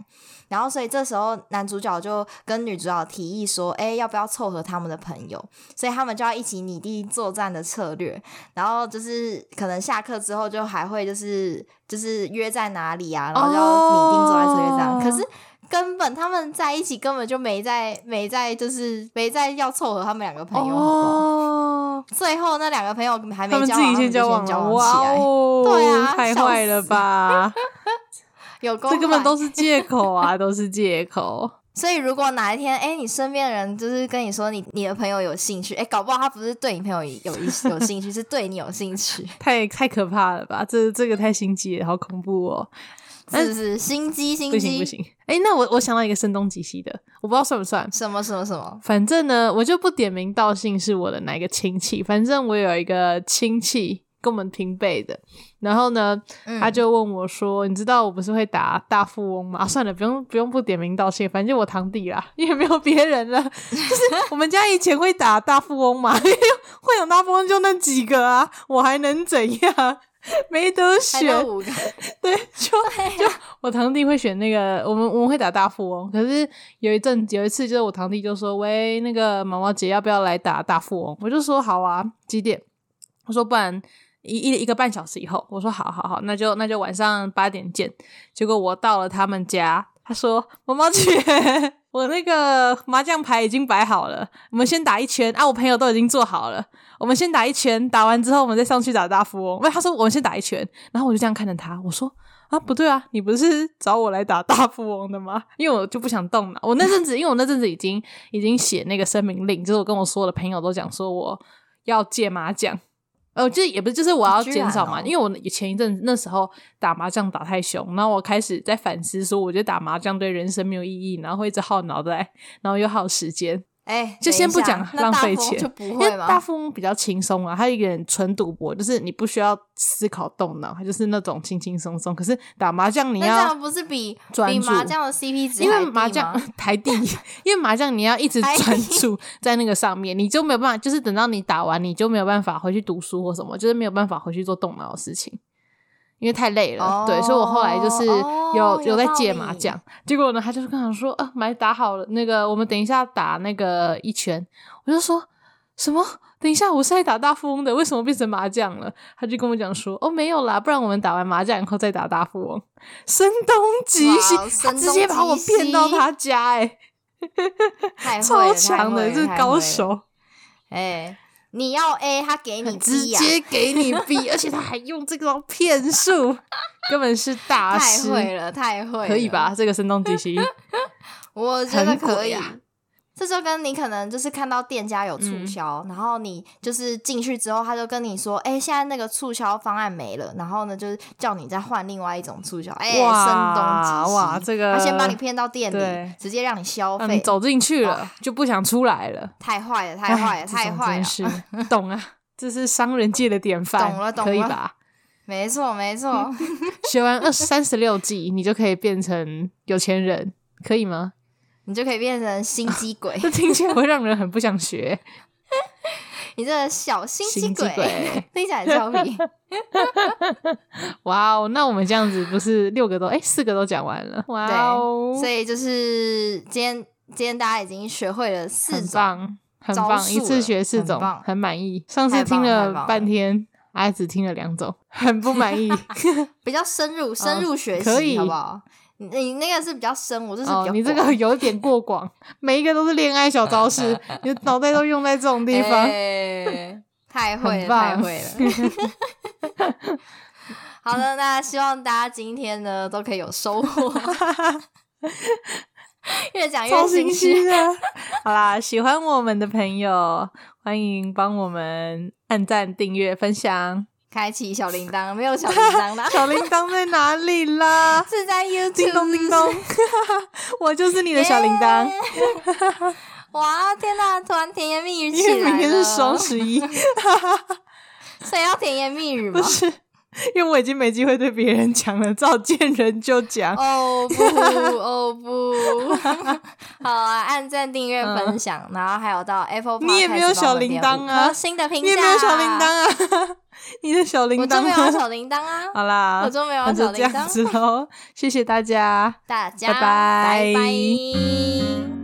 Speaker 4: 然后，所以这时候男主角就跟女主角提议说：“哎、要不要凑合他们的朋友？”所以他们就要一起拟定作战的策略。然后就是可能下课之后就还会就是就是约在哪里啊，然后就要拟定作战策略这样。
Speaker 3: 哦
Speaker 4: 可是根本他们在一起根本就没在没在就是没在要凑合他们两个朋友，好不好？
Speaker 3: 哦，
Speaker 4: 最后那两个朋友还没
Speaker 3: 他们
Speaker 4: 交往，
Speaker 3: 自己
Speaker 4: 他们
Speaker 3: 先
Speaker 4: 就
Speaker 3: 交往
Speaker 4: 先
Speaker 3: 了，
Speaker 4: 交往起
Speaker 3: 哇
Speaker 4: 来，
Speaker 3: 哦，
Speaker 4: 对啊
Speaker 3: 太
Speaker 4: 笑
Speaker 3: 坏了
Speaker 4: 死
Speaker 3: 吧！
Speaker 4: 有够
Speaker 3: <laughs> 这根本
Speaker 4: 坏
Speaker 3: 都是借口啊，都是借口。
Speaker 4: 所以，如果哪一天，哎、你身边的人就是跟你说你你的朋友有兴趣，哎、搞不好他不是对你朋友有有有兴趣，是对你有兴
Speaker 3: <laughs>
Speaker 4: 趣，
Speaker 3: 太太可怕了吧！这这个太心机了，好恐怖哦！
Speaker 4: 是不是？心机，
Speaker 3: 不
Speaker 4: 心
Speaker 3: 行
Speaker 4: 机
Speaker 3: 不，行，哎、那我我想到一个声东击西的，我不知道算不算，
Speaker 4: 什么什么什么？
Speaker 3: 反正呢，我就不点名道姓是我的哪一个亲戚。反正我有一个亲戚跟我们平辈的，然后呢，
Speaker 4: 嗯
Speaker 3: 他就问我说：“你知道我不是会打大富翁吗？”啊、算了，不用不用不点名道姓，反正就我堂弟啦，因为没有别人了。 <laughs> 就是我们家以前会打大富翁嘛， <laughs> 因为会打大富翁就那几个啊，我还能怎样？ <laughs> 没得
Speaker 4: 还
Speaker 3: 选
Speaker 4: 有，五个，
Speaker 3: 对，就就我堂弟会选那个，我们我们会打大富翁。可是有一阵有一次，就是我堂弟就说：“喂，那个毛毛姐要不要来打大富翁？”我就说：“好啊，几点？”我说：“不然一一一个半小时以后。”我说：“好好好，那就那就晚上八点见。”结果我到了他们家，他说：“毛毛姐， <laughs> 我那个麻将牌已经摆好了，我们先打一圈啊，我朋友都已经做好了。”我们先打一圈，打完之后我们再上去打大富翁。喂，他说我们先打一圈，然后我就这样看着他，我说啊，不对啊，你不是找我来打大富翁的吗？因为我就不想动了。我那阵子，因为我那阵子已经已经写那个声明令，就是我跟我所有的朋友都讲说我要戒麻将。呃，就是也不是，就是我要
Speaker 4: 居然
Speaker 3: 减少嘛，
Speaker 4: 哦
Speaker 3: 因为我前一阵子那时候打麻将打太凶，然后我开始在反思说，我觉得打麻将对人生没有意义，然后会一直耗脑袋，然后又耗时间，
Speaker 4: <laughs> 哎、
Speaker 3: 就先不
Speaker 4: 等一下
Speaker 3: 讲
Speaker 4: 那
Speaker 3: 浪
Speaker 4: 大
Speaker 3: 费
Speaker 4: 富翁
Speaker 3: 钱
Speaker 4: 就不
Speaker 3: 因
Speaker 4: 会
Speaker 3: 为大
Speaker 4: 吗？
Speaker 3: 富翁比较轻松啊，它有点纯赌博，就是你不需要思考动脑，它就是那种轻轻松松。可是打麻将你
Speaker 4: 那这样
Speaker 3: 要，
Speaker 4: 不是比
Speaker 3: 专
Speaker 4: 比
Speaker 3: 注
Speaker 4: 麻将的 CP 值
Speaker 3: 因
Speaker 4: 还
Speaker 3: 为
Speaker 4: 低
Speaker 3: 麻将 <laughs>
Speaker 4: 吗
Speaker 3: 台地，因为麻将你要一直
Speaker 4: 台地
Speaker 3: 专注在那个上面，你就没有办法，就是等到你打完，你就没有办法回去读书或什么，就是没有办法回去做动脑的事情。因为太累了，
Speaker 4: 哦
Speaker 3: <laughs> 对，所以我后来就是
Speaker 4: 哦
Speaker 3: 有、
Speaker 4: 有
Speaker 3: 在
Speaker 4: 道
Speaker 3: 戒
Speaker 4: 理
Speaker 3: 麻将，结果呢，他就是跟我说，啊，买打好了，那个我们等一下打那个一拳，我就说什么？等一下，我是来打大富翁的，为什么变成麻将了？他就跟我讲说，哦，没有啦，不然我们打完麻将以后再打大富翁，声东击西
Speaker 4: 哇，哦
Speaker 3: 他
Speaker 4: 声
Speaker 3: 直接
Speaker 4: 东
Speaker 3: 把我
Speaker 4: 击
Speaker 3: 骗到
Speaker 4: 西
Speaker 3: 他家、欸，
Speaker 4: 太会
Speaker 3: 超
Speaker 4: 了
Speaker 3: 强的，这是高，
Speaker 4: 太会
Speaker 3: 手，
Speaker 4: 了太会了哎、你要 A，他给你 B
Speaker 3: 直
Speaker 4: 呀、
Speaker 3: 接给你逼，而且他还用这个骗术，根本是大
Speaker 4: 啊太
Speaker 3: 师，
Speaker 4: 会了，太会了，
Speaker 3: 可以吧？这个声东击西，
Speaker 4: 我觉得
Speaker 3: 很
Speaker 4: 可
Speaker 3: 鬼
Speaker 4: 以
Speaker 3: 啊。
Speaker 4: 这就跟你可能就是看到店家有
Speaker 3: 嗯
Speaker 4: 促销，然后你就是进去之后，他就跟你说：“哎、现在那个促销方案没了。”然后呢，就是叫你再换另外一种促销。哎、
Speaker 3: 哇
Speaker 4: 声东击西，
Speaker 3: 哇这个
Speaker 4: 他先把你骗到店
Speaker 3: 对
Speaker 4: 里，直接让你消
Speaker 3: 嗯，
Speaker 4: 费，
Speaker 3: 走进去了
Speaker 4: 哇
Speaker 3: 就不想出来了。
Speaker 4: 太坏了，太坏
Speaker 3: 哎
Speaker 4: 了，
Speaker 3: 这种
Speaker 4: 太坏
Speaker 3: 真
Speaker 4: 了！
Speaker 3: 是
Speaker 4: <laughs>
Speaker 3: 懂啊，这是商人界的典范，
Speaker 4: 懂了懂
Speaker 3: 可以
Speaker 4: 了
Speaker 3: 吧？
Speaker 4: 没
Speaker 3: 嗯
Speaker 4: 错，没错，
Speaker 3: 学完二三十六计，你就可以变成有钱人，可以吗？ <laughs>
Speaker 4: 你就可以变成心机鬼，
Speaker 3: 这听起来会让人很不想学。
Speaker 4: 你这个小 <laughs> 心机
Speaker 3: 心机
Speaker 4: 鬼，
Speaker 3: 鬼
Speaker 4: 听起来很俏
Speaker 3: <laughs>
Speaker 4: 皮。
Speaker 3: 哇哦，那我们这样子不是六个都哎四个都讲完了？哇哦，
Speaker 4: 所以就是今天今天大家已经学会了四
Speaker 3: 很
Speaker 4: 种，
Speaker 3: 棒，很
Speaker 4: 招
Speaker 3: 棒，
Speaker 4: 数
Speaker 3: 一次
Speaker 4: 了
Speaker 3: 学四
Speaker 4: 很
Speaker 3: 种，
Speaker 4: 棒
Speaker 3: 很满意。上次
Speaker 4: 太
Speaker 3: 听
Speaker 4: 棒了太
Speaker 3: 了
Speaker 4: 棒
Speaker 3: 半
Speaker 4: 了
Speaker 3: 天，阿只听了两种，很不满
Speaker 4: <laughs>
Speaker 3: 意。 <laughs>
Speaker 4: 比较深入深入学
Speaker 3: 哦可以
Speaker 4: 习，好不好？你你那个是比较深，我就是比较
Speaker 3: 哦，
Speaker 4: 广、
Speaker 3: 你这个有点过广，每一个都是恋爱小
Speaker 4: <laughs>
Speaker 3: 招式，你的脑袋都用在这种地方。 <laughs>
Speaker 4: 哎太会
Speaker 3: 很
Speaker 4: 了，
Speaker 3: 棒
Speaker 4: 太会了。
Speaker 3: <laughs>
Speaker 4: 好的，那希望大家今天呢都可以有收
Speaker 3: <laughs>
Speaker 4: 获，越讲越
Speaker 3: 超
Speaker 4: 心
Speaker 3: 心
Speaker 4: 虚 <laughs>
Speaker 3: 虚。的。好啦，喜欢我们的朋友，欢迎帮我们按赞、订阅、分享。，
Speaker 4: 开启小铃铛，没有小铃铛啦
Speaker 3: <laughs> 小铃铛在哪里
Speaker 4: <laughs>
Speaker 3: 啦？
Speaker 4: 是在 YouTube
Speaker 3: 叮咚叮咚 <laughs>
Speaker 4: 是不是，
Speaker 3: 我就是你的小铃铛。
Speaker 4: 哇，天哪！突然甜言蜜语
Speaker 3: 因
Speaker 4: 起
Speaker 3: 为
Speaker 4: 来
Speaker 3: 明天是
Speaker 4: 了
Speaker 3: 双，十
Speaker 4: <laughs>
Speaker 3: 一，
Speaker 4: 所以要甜言蜜语吗
Speaker 3: 不？是，因为我已经没机会对别人讲了，只好见人就讲。
Speaker 4: 哦不，哦
Speaker 3: <laughs>
Speaker 4: 不，好啊！按赞、订阅、
Speaker 3: 嗯
Speaker 4: 分享，然后还有到 Apple，
Speaker 3: 你也没有
Speaker 4: Podcast 帮我
Speaker 3: 小
Speaker 4: 们
Speaker 3: 铃
Speaker 4: 点
Speaker 3: 铛
Speaker 4: 五
Speaker 3: 啊
Speaker 4: 颗星的评价，
Speaker 3: 你有没有小铃铛啊？你的小铃
Speaker 4: 我就
Speaker 3: 铛
Speaker 4: 没有
Speaker 3: 吗？
Speaker 4: 小铃铛啊，
Speaker 3: <laughs> 好啦，
Speaker 4: 我就没有
Speaker 3: 那
Speaker 4: 小
Speaker 3: 就
Speaker 4: 铃
Speaker 3: 这样
Speaker 4: 铛。
Speaker 3: 子喽，谢谢大家。
Speaker 4: 大家
Speaker 3: 拜拜
Speaker 4: 拜拜